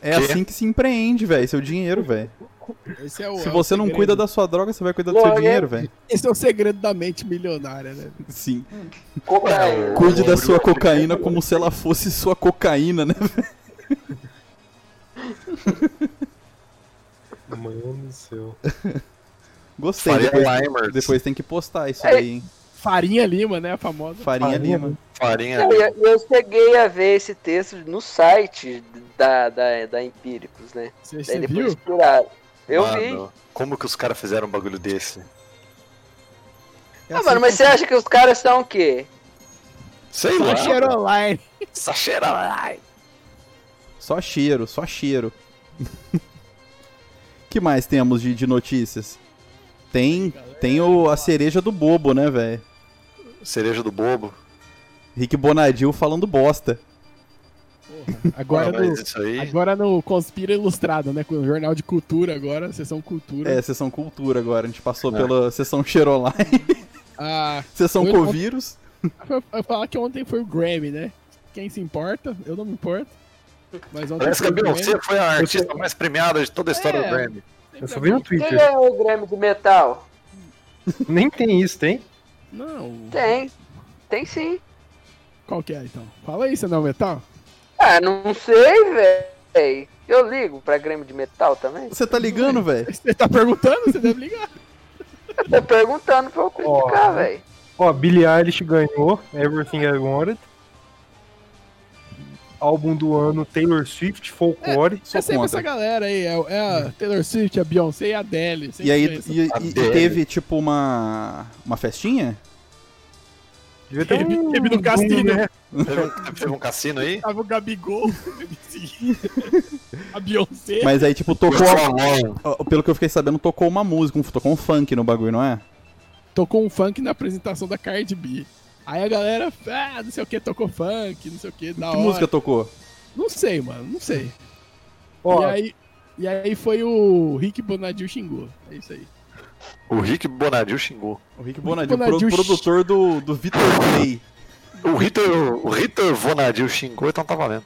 Speaker 2: É
Speaker 4: Quê?
Speaker 2: assim que se empreende, velho. Seu dinheiro, velho.
Speaker 5: Esse é o-
Speaker 2: Se
Speaker 5: é o
Speaker 2: você não
Speaker 5: segredo.
Speaker 2: cuida da sua droga, você vai cuidar do seu
Speaker 1: Logo,
Speaker 2: dinheiro, velho.
Speaker 5: Esse é o segredo da mente milionária, né?
Speaker 2: Sim.
Speaker 1: Cocaína.
Speaker 2: Cuide da
Speaker 4: Ouro.
Speaker 2: sua cocaína como se ela fosse sua cocaína, né?
Speaker 3: Mano do céu.
Speaker 2: Gostei.
Speaker 4: Faria
Speaker 2: Depois,
Speaker 4: Limers.
Speaker 2: depois tem que postar isso aí, hein?
Speaker 5: Farinha Lima, né? A famosa.
Speaker 2: Farinha
Speaker 3: Farinha.
Speaker 2: Lima.
Speaker 5: É.
Speaker 4: Farinha.
Speaker 1: Eu, eu- eu cheguei a ver esse texto no site da, da, da Empíricos, né?
Speaker 5: Você,
Speaker 1: Daí
Speaker 5: você
Speaker 1: depois
Speaker 5: viu?
Speaker 1: tiraram. Eu vi.
Speaker 4: Mano, Como que os caras fizeram um bagulho desse?
Speaker 2: É
Speaker 1: Ah,
Speaker 2: assim
Speaker 1: mano, mas você acha que os caras são o quê?
Speaker 4: Sei
Speaker 5: Só cheiro online.
Speaker 4: Sacheira lá.
Speaker 2: é. Só cheiro, só cheiro. que mais temos de, de notícias? Tem, tem o, a cereja do bobo, né, velho?
Speaker 4: Cereja do bobo.
Speaker 2: Rick Bonadil falando bosta.
Speaker 5: Agora
Speaker 4: Ah, mas
Speaker 5: no,
Speaker 4: isso aí.
Speaker 5: agora no Conspira Ilustrado, né? Com o Jornal de Cultura agora, Sessão Cultura.
Speaker 2: É, sessão cultura agora. A gente passou
Speaker 4: É.
Speaker 2: pela sessão Cheroline,
Speaker 5: Ah,
Speaker 2: sessão
Speaker 5: Foi
Speaker 2: Covírus.
Speaker 5: eu vou falar que ontem foi o Grammy, né? Quem se importa? Eu não me importo. Mas ontem
Speaker 4: Parece que
Speaker 5: foi
Speaker 4: a
Speaker 5: o Grammy.
Speaker 4: Beyoncé foi a artista mais premiada de toda a história
Speaker 5: É.
Speaker 4: do Grammy.
Speaker 3: Eu só vi no
Speaker 1: Quem
Speaker 3: Twitter.
Speaker 1: ganhou o Grêmio de Metal?
Speaker 3: Nem tem isso, tem?
Speaker 5: Não.
Speaker 1: Tem. Tem sim.
Speaker 5: Qual que é, então? Fala aí, senão metal.
Speaker 1: Ah, não sei, velho. Eu ligo pra Grêmio de Metal também.
Speaker 2: Você tá ligando, velho?
Speaker 5: Você tá perguntando? Você deve ligar.
Speaker 1: Eu tô tá perguntando pra eu criticar,
Speaker 3: Ó.
Speaker 1: velho.
Speaker 3: Ó, Billie Eilish ganhou Everything I Wanted. Álbum do ano Taylor Swift, Folklore.
Speaker 5: É sempre
Speaker 2: contra.
Speaker 5: essa galera aí. É, é a Taylor Swift, a Beyoncé e a Adele. Sempre
Speaker 2: E
Speaker 5: é
Speaker 2: aí e,
Speaker 5: isso.
Speaker 2: e- e
Speaker 4: Adele.
Speaker 2: teve tipo uma uma festinha?
Speaker 3: Devia ter
Speaker 5: Teve,
Speaker 3: um-
Speaker 5: teve no Castilho, né?
Speaker 4: Teve, teve um cassino aí?
Speaker 5: Tava o Gabigol, né, a Beyoncé.
Speaker 2: Mas aí tipo tocou,
Speaker 4: Tocou
Speaker 2: ó, pelo que eu fiquei sabendo, tocou uma música, um- tocou um funk no bagulho, não é?
Speaker 5: Tocou um funk na apresentação da Cardi B. Aí a galera, ah, não sei o que, tocou funk, não sei o que, da
Speaker 2: que
Speaker 5: hora.
Speaker 2: música tocou?
Speaker 5: Não sei, mano, não sei.
Speaker 3: Ó,
Speaker 5: E, aí, e aí foi o Rick Bonadil xingou. É isso aí.
Speaker 4: o Rick Bonadil xingou.
Speaker 2: O Rick Bonadil, pro-
Speaker 5: Bonadil-
Speaker 2: produtor do, do Vitor Clay.
Speaker 4: O Ritter, o Ritter Bonadil xingou, então tá valendo.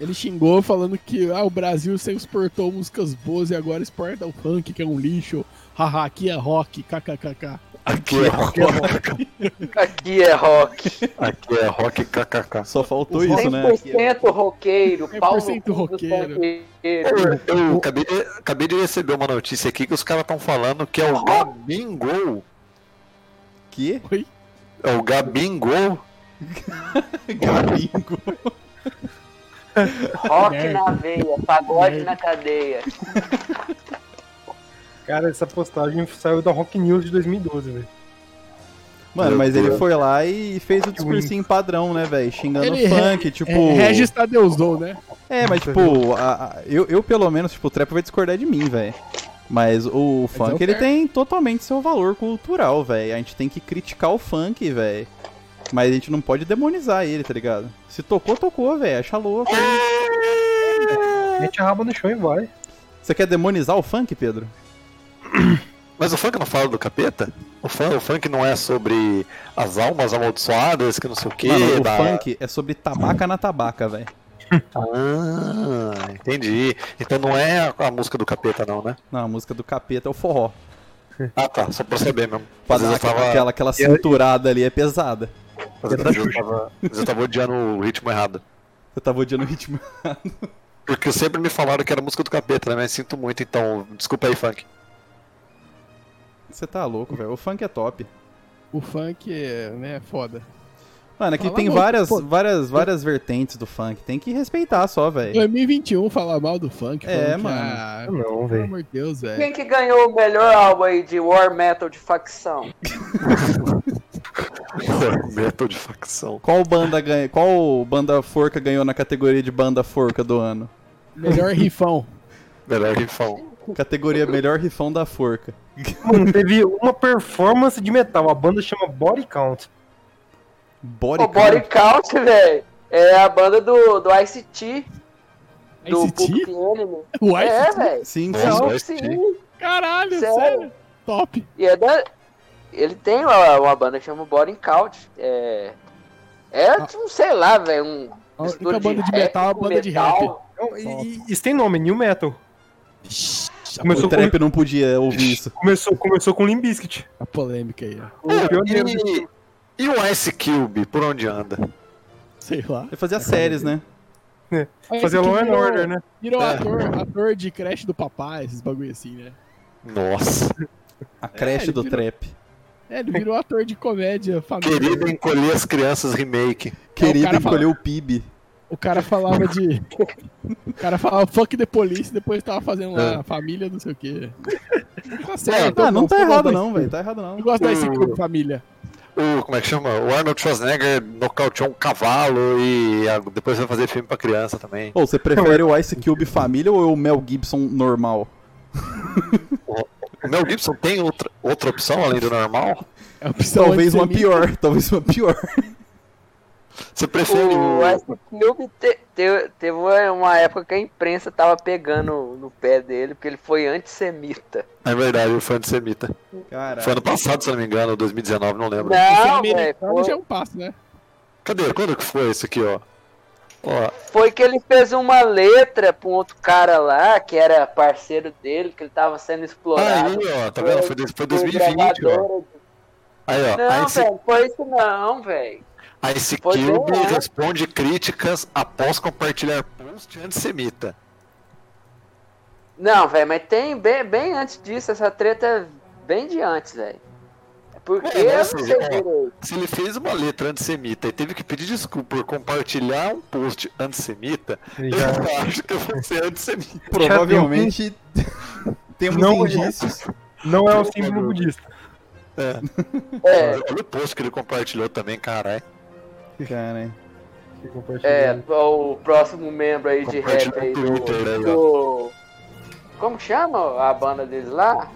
Speaker 5: Ele xingou falando que ah, o Brasil sempre exportou músicas boas e agora exporta o funk, que é um lixo. Haha, aqui é rock, kkkk.
Speaker 4: Aqui é rock,
Speaker 1: Aqui é rock.
Speaker 4: aqui é rock kkk.
Speaker 2: Só faltou isso, né?
Speaker 1: 100% roqueiro.
Speaker 5: 100%
Speaker 1: Paulo roqueiro.
Speaker 5: roqueiro.
Speaker 4: Eu, eu acabei, de, acabei de receber uma notícia aqui que os caras estão falando que é o Gabingol.
Speaker 2: Que?
Speaker 4: É o Gabingol.
Speaker 2: Gabingo.
Speaker 1: Rock
Speaker 5: Merda.
Speaker 1: na veia. Pagode
Speaker 5: Merda.
Speaker 1: na cadeia.
Speaker 3: cara, essa postagem saiu da Rock News de 2012, velho.
Speaker 2: Mano,
Speaker 4: Meu
Speaker 2: mas
Speaker 4: Deus.
Speaker 2: ele foi lá e fez o discursinho padrão, né, velho? Xingando
Speaker 5: Ele
Speaker 2: funk, tipo.
Speaker 5: É, Regis Tadeuzou, né?
Speaker 2: É, mas tipo, a- a- eu, eu pelo menos, tipo, o Trap vai discordar de mim, velho. Mas o funk,
Speaker 5: é o
Speaker 2: ele
Speaker 5: certo.
Speaker 2: tem totalmente seu valor cultural, velho. A gente tem que criticar o funk, velho. Mas a gente não pode demonizar ele, tá ligado? Se tocou, tocou, velho. Acha louco. hein?
Speaker 3: Mete a raba no chão e vai.
Speaker 2: Você quer demonizar o funk, Pedro?
Speaker 4: Mas o funk não fala do capeta? O funk, o funk não é sobre as almas amaldiçoadas, que não sei o quê.
Speaker 2: Mano, o
Speaker 4: da-
Speaker 2: funk tá. é sobre tabaca na tabaca, velho.
Speaker 4: Ah, entendi. Então não é a, a música do capeta, não, né?
Speaker 2: Não, a música do capeta é o forró.
Speaker 4: Ah, tá. Só pra saber mesmo.
Speaker 2: Pra
Speaker 4: Às vezes
Speaker 2: dar
Speaker 4: eu tava,
Speaker 2: aquela, aquela cinturada ali é pesada.
Speaker 4: às vezes eu tava, às vezes eu tava odiando o ritmo errado.
Speaker 2: Eu tava odiando o ritmo.
Speaker 4: Porque sempre me falaram que era música do capeta, né? Mas sinto muito, então desculpa aí, funk.
Speaker 2: Você tá louco, velho. O funk é top.
Speaker 5: O funk é, né, foda.
Speaker 2: Mano, aqui
Speaker 5: Fala
Speaker 2: tem
Speaker 5: muito,
Speaker 2: várias,
Speaker 5: pô.
Speaker 2: várias, várias vertentes do funk. Tem que respeitar só, velho.
Speaker 5: 2021 falar mal do funk.
Speaker 2: É,
Speaker 5: falando que,
Speaker 2: mano.
Speaker 5: ah,
Speaker 3: Não,
Speaker 5: pelo
Speaker 3: velho.
Speaker 5: amor de Deus,
Speaker 2: É.
Speaker 5: velho.
Speaker 1: Quem que ganhou o melhor álbum aí de War Metal de facção?
Speaker 4: Metal de facção.
Speaker 2: Qual banda ganha, qual banda forca ganhou na categoria de banda forca do ano?
Speaker 5: Melhor rifão.
Speaker 4: Melhor rifão.
Speaker 2: Categoria melhor rifão da forca.
Speaker 3: Mano, teve uma performance de metal. A banda chama Body Count.
Speaker 2: Body,
Speaker 1: O Body
Speaker 2: Count.
Speaker 1: Count, velho. É a banda do, do ICT. Do
Speaker 5: ICT?
Speaker 1: Public Enemy.
Speaker 5: O
Speaker 1: É,
Speaker 5: Ice?
Speaker 1: velho.
Speaker 2: Sim,
Speaker 4: Nossa,
Speaker 2: sim.
Speaker 4: o
Speaker 1: Não,
Speaker 4: ICT.
Speaker 1: sim.
Speaker 5: Caralho,
Speaker 1: Sério?
Speaker 5: sério. Top.
Speaker 1: E é da... Ele tem uma, uma banda que chama Body Count. É... É,
Speaker 5: Ah.
Speaker 1: tipo, sei lá, velho, um...
Speaker 5: A
Speaker 1: mistura
Speaker 5: única banda de metal é a
Speaker 1: com
Speaker 5: banda de
Speaker 1: metal.
Speaker 5: rap.
Speaker 3: Então, e- e- Isso tem nome, New Metal.
Speaker 5: Shhh,
Speaker 2: O
Speaker 3: Começou, com,
Speaker 2: trap não podia ouvir isso.
Speaker 3: começou, começou com Limp Bizkit.
Speaker 5: a polêmica aí, ó.
Speaker 3: O pioneiro.
Speaker 4: E, e o Ice Cube, por onde anda?
Speaker 5: Sei lá.
Speaker 2: Ele fazia séries, né?
Speaker 3: Fazer Law and Order, né?
Speaker 5: Virou
Speaker 4: É.
Speaker 5: ator, ator de creche do papai, esses bagulho assim, né?
Speaker 4: Nossa.
Speaker 2: A creche
Speaker 5: ele
Speaker 2: do
Speaker 5: virou-
Speaker 2: trap.
Speaker 5: É, ele virou ator de comédia, família.
Speaker 4: Querido encolher as crianças remake.
Speaker 2: Querido
Speaker 5: cara
Speaker 2: encolheu o PIB.
Speaker 5: O cara falava de. O cara falava fuck the police, depois tava fazendo lá família, não sei o quê. Tá certo.
Speaker 2: Ah, não É. tá
Speaker 5: eu gosto
Speaker 2: errado
Speaker 5: da-
Speaker 2: não, velho. Tá errado não.
Speaker 5: Eu gosto da esse
Speaker 4: Hum.
Speaker 5: clube, família.
Speaker 4: O, como é que chama? O Arnold Schwarzenegger nocauteou um cavalo e a- depois vai fazer filme pra criança também.
Speaker 2: Ou você prefere o Ice Cube família ou o Mel Gibson normal?
Speaker 4: O Mel Gibson tem outra, outra opção além do normal?
Speaker 5: É a opção
Speaker 2: Talvez uma
Speaker 5: antissemita.
Speaker 2: pior, talvez uma pior.
Speaker 4: Você prefere
Speaker 1: O
Speaker 4: o...
Speaker 1: Ice Cube te- te- teve uma época que a imprensa tava pegando no pé dele, porque ele foi antissemita.
Speaker 4: É verdade, o fã de Semita. Foi
Speaker 2: Caralho.
Speaker 4: ano passado, se não me engano, 2019, não lembro.
Speaker 5: Ser
Speaker 1: Não, velho,
Speaker 5: americano
Speaker 1: foi,
Speaker 5: já é um passo, né?
Speaker 4: Cadê? Quando que foi isso aqui, ó? Ó,
Speaker 1: foi que ele fez uma letra pra um outro cara lá, que era parceiro dele, que ele tava sendo explorado.
Speaker 4: aí, ó, tá vendo? Foi, de- foi 2020, ó.
Speaker 1: gravadora.
Speaker 4: Aí,
Speaker 5: Ah,
Speaker 4: ó,
Speaker 1: Não,
Speaker 4: Ice,
Speaker 1: velho, foi isso não, velho.
Speaker 4: Ice
Speaker 1: foi bem
Speaker 4: Cube
Speaker 1: antes.
Speaker 4: responde críticas após compartilhar post antissemita.
Speaker 1: Não, velho, mas tem bem, bem antes disso, essa treta é bem de antes, velho. Porque
Speaker 4: É,
Speaker 1: eu não
Speaker 4: nossa,
Speaker 1: sei
Speaker 4: é.
Speaker 1: direito.
Speaker 4: Se ele fez uma letra antissemita e teve que pedir desculpa por compartilhar um post antissemita,
Speaker 3: Já-
Speaker 4: eu acho que eu vou ser antissemita.
Speaker 2: Provavelmente temos
Speaker 3: Não,
Speaker 2: indícios.
Speaker 3: Não é o símbolo budista.
Speaker 4: É.
Speaker 1: É,
Speaker 4: Olha o post que ele compartilhou também, caralho.
Speaker 2: Cara,
Speaker 1: É,
Speaker 4: assim,
Speaker 1: o próximo membro aí de rap aí do,
Speaker 4: Compartilha no Twitter aí,
Speaker 1: do- Como que chama a banda deles lá?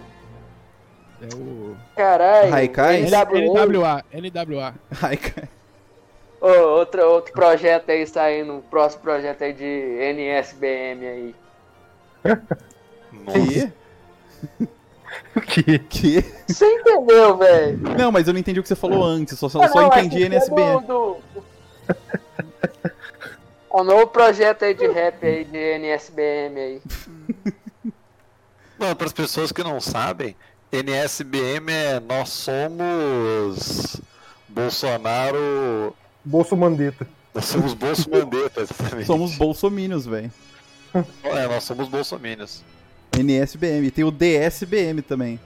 Speaker 5: É o.
Speaker 1: Caralho.
Speaker 2: Haikais?
Speaker 4: é
Speaker 1: NWA.
Speaker 5: NWA, NWA.
Speaker 2: Ai, cara.
Speaker 1: Ô, outro, outro projeto aí saindo, um próximo projeto aí de NSBM aí.
Speaker 4: Nossa.
Speaker 3: O quê?
Speaker 2: Que?
Speaker 1: Você entendeu, velho?
Speaker 2: Não, mas eu não entendi o que você falou antes, só, só,
Speaker 1: Ah,
Speaker 2: Então, só
Speaker 1: não,
Speaker 2: entendi
Speaker 1: é porque é
Speaker 2: NSBM.
Speaker 1: do- do- O novo projeto aí de rap aí de NSBM aí.
Speaker 4: Não, para as pessoas que não sabem, NSBM é nós somos Bolsonaro.
Speaker 3: Bolso Mandetta.
Speaker 4: Nós somos Bolso Mandetta, exatamente.
Speaker 2: Somos bolsominions, velho.
Speaker 4: É, nós somos bolsominions.
Speaker 2: NSBM. E Tem o DSBM também.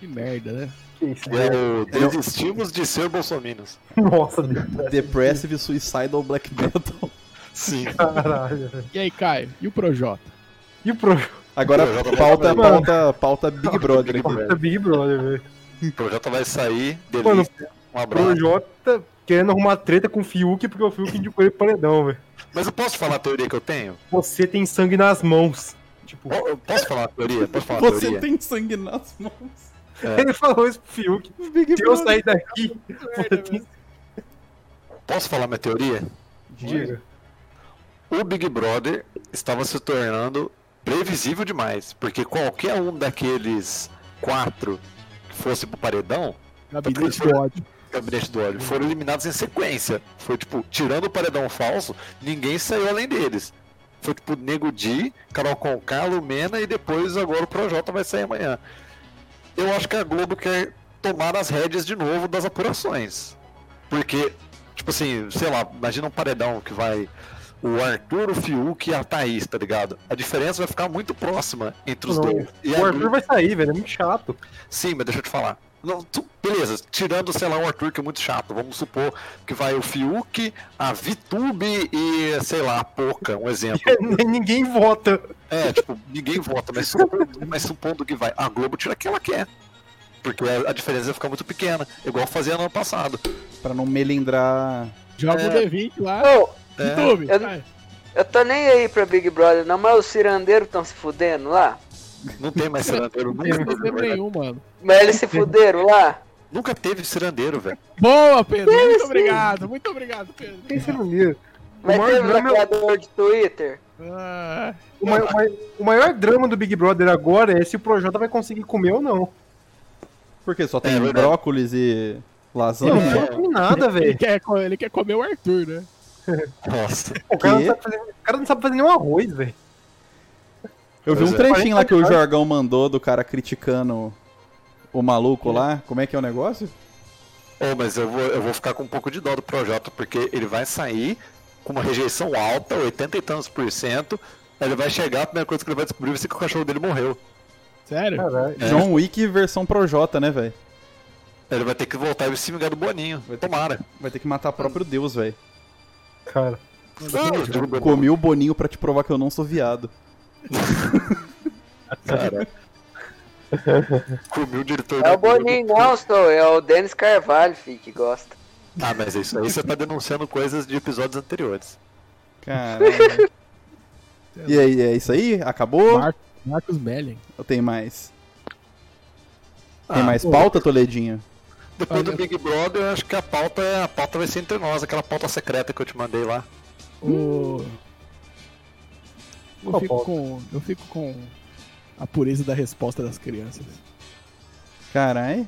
Speaker 5: Que merda, né?
Speaker 3: Que isso?
Speaker 4: É o desistimos de ser bolsominions.
Speaker 3: Nossa, Deus.
Speaker 2: Depressive Suicidal Black Metal.
Speaker 4: Sim.
Speaker 3: caralho. velho.
Speaker 5: E aí, Caio? E o Projota?
Speaker 3: E o pro-
Speaker 2: Agora
Speaker 4: Eu já-
Speaker 2: pauta,
Speaker 4: Mano.
Speaker 2: pauta, pauta Big Brother aqui.
Speaker 3: Nossa, Big Brother, velho.
Speaker 4: O projeto vai sair.
Speaker 3: Mano,
Speaker 4: Delícia. Um abraço.
Speaker 3: Projota querendo arrumar treta com o Fiuk porque o Fiuk indicou ele pro paredão, velho.
Speaker 4: Mas eu posso falar a teoria que eu tenho?
Speaker 3: Você tem sangue nas mãos. Tipo,
Speaker 4: Po- Eu posso falar a teoria? Posso falar a
Speaker 2: Você
Speaker 4: teoria?
Speaker 2: tem sangue nas mãos.
Speaker 3: ele falou isso pro Fiuk.
Speaker 2: Big
Speaker 3: Se eu sair daqui, você
Speaker 5: Merda,
Speaker 3: tem...
Speaker 4: Posso falar minha teoria?
Speaker 3: Diga.
Speaker 4: O Big Brother estava se tornando previsível demais, porque qualquer um daqueles quatro que fosse pro paredão,
Speaker 5: Gabinete do ódio.
Speaker 4: gabinete do ódio, foram eliminados em sequência. Foi tipo, tirando o paredão falso, ninguém saiu além deles. Foi tipo Nego Di, Carol Conká, Lumena e depois agora o Projota vai sair amanhã. Eu acho que a Globo quer tomar as rédeas de novo das apurações. Porque, tipo assim, sei lá, imagina um paredão que vai o Arthur, o Fiuk e a Thaís, tá ligado? A diferença vai ficar muito próxima entre os
Speaker 3: Não,
Speaker 4: dois. E a
Speaker 3: O
Speaker 4: Globo-
Speaker 3: Arthur vai sair, velho. É muito chato.
Speaker 4: Sim, mas deixa eu te falar. Não, tu- beleza, tirando, sei lá, o Arthur, que é muito chato. Vamos supor que vai o Fiuk, a Vitube e, sei lá, a Poca, um exemplo.
Speaker 3: Ninguém vota.
Speaker 4: É, tipo, ninguém vota, mas supondo, mas supondo que vai. A Globo tira quem ela quer. Porque a, a diferença vai ficar muito pequena, igual fazia no ano passado.
Speaker 2: Pra não melindrar.
Speaker 5: Joga o
Speaker 4: É.
Speaker 5: D20 lá.
Speaker 1: Ô,
Speaker 4: É,
Speaker 5: YouTube,
Speaker 1: Eu-
Speaker 5: vai.
Speaker 1: eu tô nem aí pra Big Brother, não, mas os cirandeiros estão se fudendo lá.
Speaker 4: não tem mais cirandeiro,
Speaker 5: Não
Speaker 4: nunca
Speaker 5: tem
Speaker 4: teve,
Speaker 5: problema
Speaker 4: velho.
Speaker 5: nenhum, mano.
Speaker 1: Mas eles se fuderam lá.
Speaker 4: Nunca teve cirandeiro, velho.
Speaker 5: Boa, Pedro. Muito
Speaker 1: sim.
Speaker 5: obrigado, muito obrigado, Pedro.
Speaker 3: Tem celular. O
Speaker 1: Mas
Speaker 3: maior
Speaker 1: teve
Speaker 3: drama é o-
Speaker 1: bloqueador de Twitter.
Speaker 5: Ah,
Speaker 3: O mai- o mai- o maior drama do Big Brother agora é se o Projota vai conseguir comer ou não.
Speaker 2: Porque só
Speaker 4: É
Speaker 2: tem
Speaker 4: verdade.
Speaker 2: brócolis e
Speaker 3: Não,
Speaker 2: lasanha.
Speaker 3: não come nada,
Speaker 5: ele,
Speaker 3: velho.
Speaker 5: quer, co- ele quer comer o Arthur, né?
Speaker 4: Nossa.
Speaker 3: O cara, não
Speaker 2: Quê?
Speaker 3: sabe fazer, o cara não sabe fazer nenhum arroz, velho.
Speaker 2: Eu vi
Speaker 4: Pois
Speaker 2: um
Speaker 4: é.
Speaker 2: trechinho lá que o
Speaker 3: 40
Speaker 2: Jorgão mandou do cara criticando o maluco lá. Como é que é o negócio?
Speaker 4: Ô, mas eu vou, eu vou ficar com um pouco de dó do Projota, porque ele vai sair com uma rejeição alta, 80 e tantos por cento. aí Ele vai chegar, a primeira coisa que ele vai descobrir vai ser que o cachorro dele morreu.
Speaker 5: Sério?
Speaker 3: Caralho.
Speaker 4: É.
Speaker 2: John Wick versão Projota, né, velho?
Speaker 4: Ele vai ter que voltar e se vingar do Boninho.
Speaker 2: Vai ter que-
Speaker 4: Tomara.
Speaker 2: Vai ter que matar próprio Deus, velho.
Speaker 3: Cara.
Speaker 4: Ah, eu digo Boninho,
Speaker 2: Comi o Boninho pra te provar que eu não sou viado.
Speaker 4: cara. Comi o diretor
Speaker 1: É
Speaker 4: da
Speaker 1: o Boninho, não, sou. É o Denis Carvalho, fi, que gosta.
Speaker 4: Ah, mas é isso aí você tá denunciando coisas de episódios anteriores.
Speaker 2: Caralho. e aí, é isso aí? Acabou?
Speaker 5: Mar- Marcos Melling.
Speaker 2: Ou tem mais?
Speaker 4: Ah,
Speaker 2: Tem mais pauta, Toledinho?
Speaker 4: Depois do
Speaker 5: Olha-
Speaker 4: Big Brother, eu acho que a pauta, é- a pauta vai ser entre nós, aquela pauta secreta que eu te mandei lá.
Speaker 2: Hum.
Speaker 5: O... Eu,
Speaker 3: Qual
Speaker 5: fico
Speaker 3: pauta?
Speaker 5: com, eu fico com a pureza da resposta das crianças.
Speaker 2: Caralho.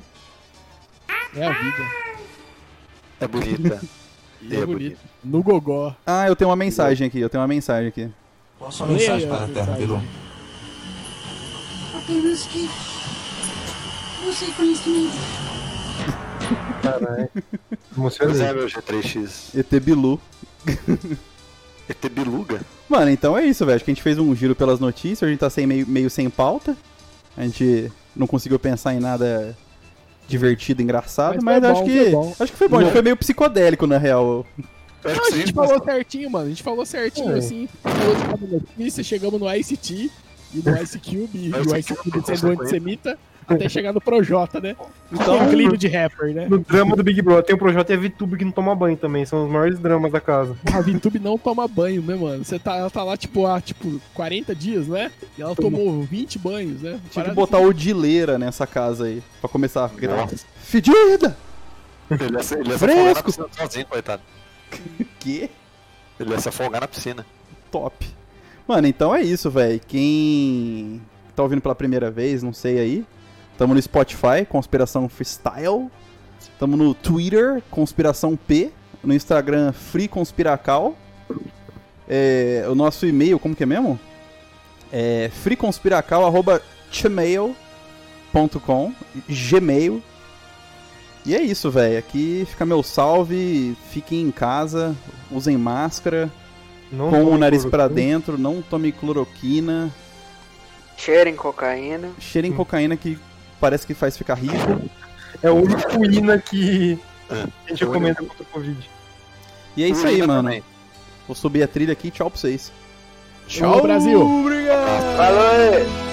Speaker 5: É a vida.
Speaker 4: É bonita.
Speaker 5: E é bonito. No gogó.
Speaker 2: Ah, eu tenho uma mensagem aqui, eu tenho uma mensagem aqui.
Speaker 6: Qual a sua mensagem
Speaker 5: Leia
Speaker 6: para a Terra,
Speaker 5: mensagem.
Speaker 6: Bilu?
Speaker 7: apenas que você conhecimento.
Speaker 3: Caralho.
Speaker 4: Pois é,
Speaker 3: Emocionante.
Speaker 4: meu G3X.
Speaker 2: ET Bilu.
Speaker 4: ET Biluga?
Speaker 2: Mano, então é isso, velho. Acho que a gente fez um giro pelas notícias, a gente tá sem, meio, meio sem pauta. A gente não conseguiu pensar em nada divertido, engraçado, mas,
Speaker 5: Mas foi
Speaker 2: acho
Speaker 5: bom,
Speaker 2: que.
Speaker 5: foi bom.
Speaker 2: Acho que foi bom, a gente foi meio psicodélico, na real.
Speaker 4: Eu acho
Speaker 5: Não,
Speaker 4: É que
Speaker 5: a
Speaker 4: se
Speaker 5: gente falou certinho, mano. A gente falou certinho,
Speaker 3: É.
Speaker 5: assim. Falou de cada notícia, chegamos no ICT e no Ice Cube, e o Ice Cube sendo antissemita, até chegar no Projota, né? Então, um clima de rapper, né?
Speaker 3: No drama do Big Brother tem o Projota e a VTube que não toma banho também. São os maiores dramas da casa.
Speaker 5: A VTube não toma banho, né, mano? Você tá, ela tá lá, tipo, há, tipo, 40 dias, né? E ela tomou 20 banhos, né?
Speaker 2: Tinha que
Speaker 5: Parada
Speaker 2: botar o Dileira nessa casa aí, pra começar a gravar.
Speaker 4: Nossa,
Speaker 2: Fedida!
Speaker 4: Ele ia, se- ele ia se
Speaker 2: Fresco!
Speaker 4: afogar na piscina sozinho, coitado.
Speaker 2: Que
Speaker 4: Ele ia se afogar na piscina.
Speaker 2: top. Mano, então é isso, velho. Quem tá ouvindo pela primeira vez, não sei aí. Tamo no Spotify, Conspiração Freestyle. Tamo no Twitter, Conspiração P. No Instagram, Free Conspiracal. É, o nosso e-mail, como que é mesmo? É freeconspiracal.gmail.com Gmail. E é isso, velho. Aqui fica meu salve. Fiquem em casa, usem máscara,
Speaker 3: Não
Speaker 2: com o
Speaker 3: tomem
Speaker 2: nariz pra
Speaker 3: cloroquina.
Speaker 2: dentro, não tome cloroquina,
Speaker 1: Cheirem cocaína.
Speaker 3: Hum.
Speaker 2: cheirem cocaína que parece que faz ficar rico.
Speaker 3: É o único ruína que
Speaker 2: Ah,
Speaker 3: a
Speaker 2: é
Speaker 3: gente
Speaker 4: Olha.
Speaker 3: recomenda contra o Covid.
Speaker 2: E
Speaker 3: Hum,
Speaker 2: é isso aí,
Speaker 4: Urina
Speaker 2: mano.
Speaker 4: também.
Speaker 2: Vou subir a trilha aqui, tchau pra vocês.
Speaker 5: Brasil.
Speaker 2: Obrigado!
Speaker 1: Falou! aí.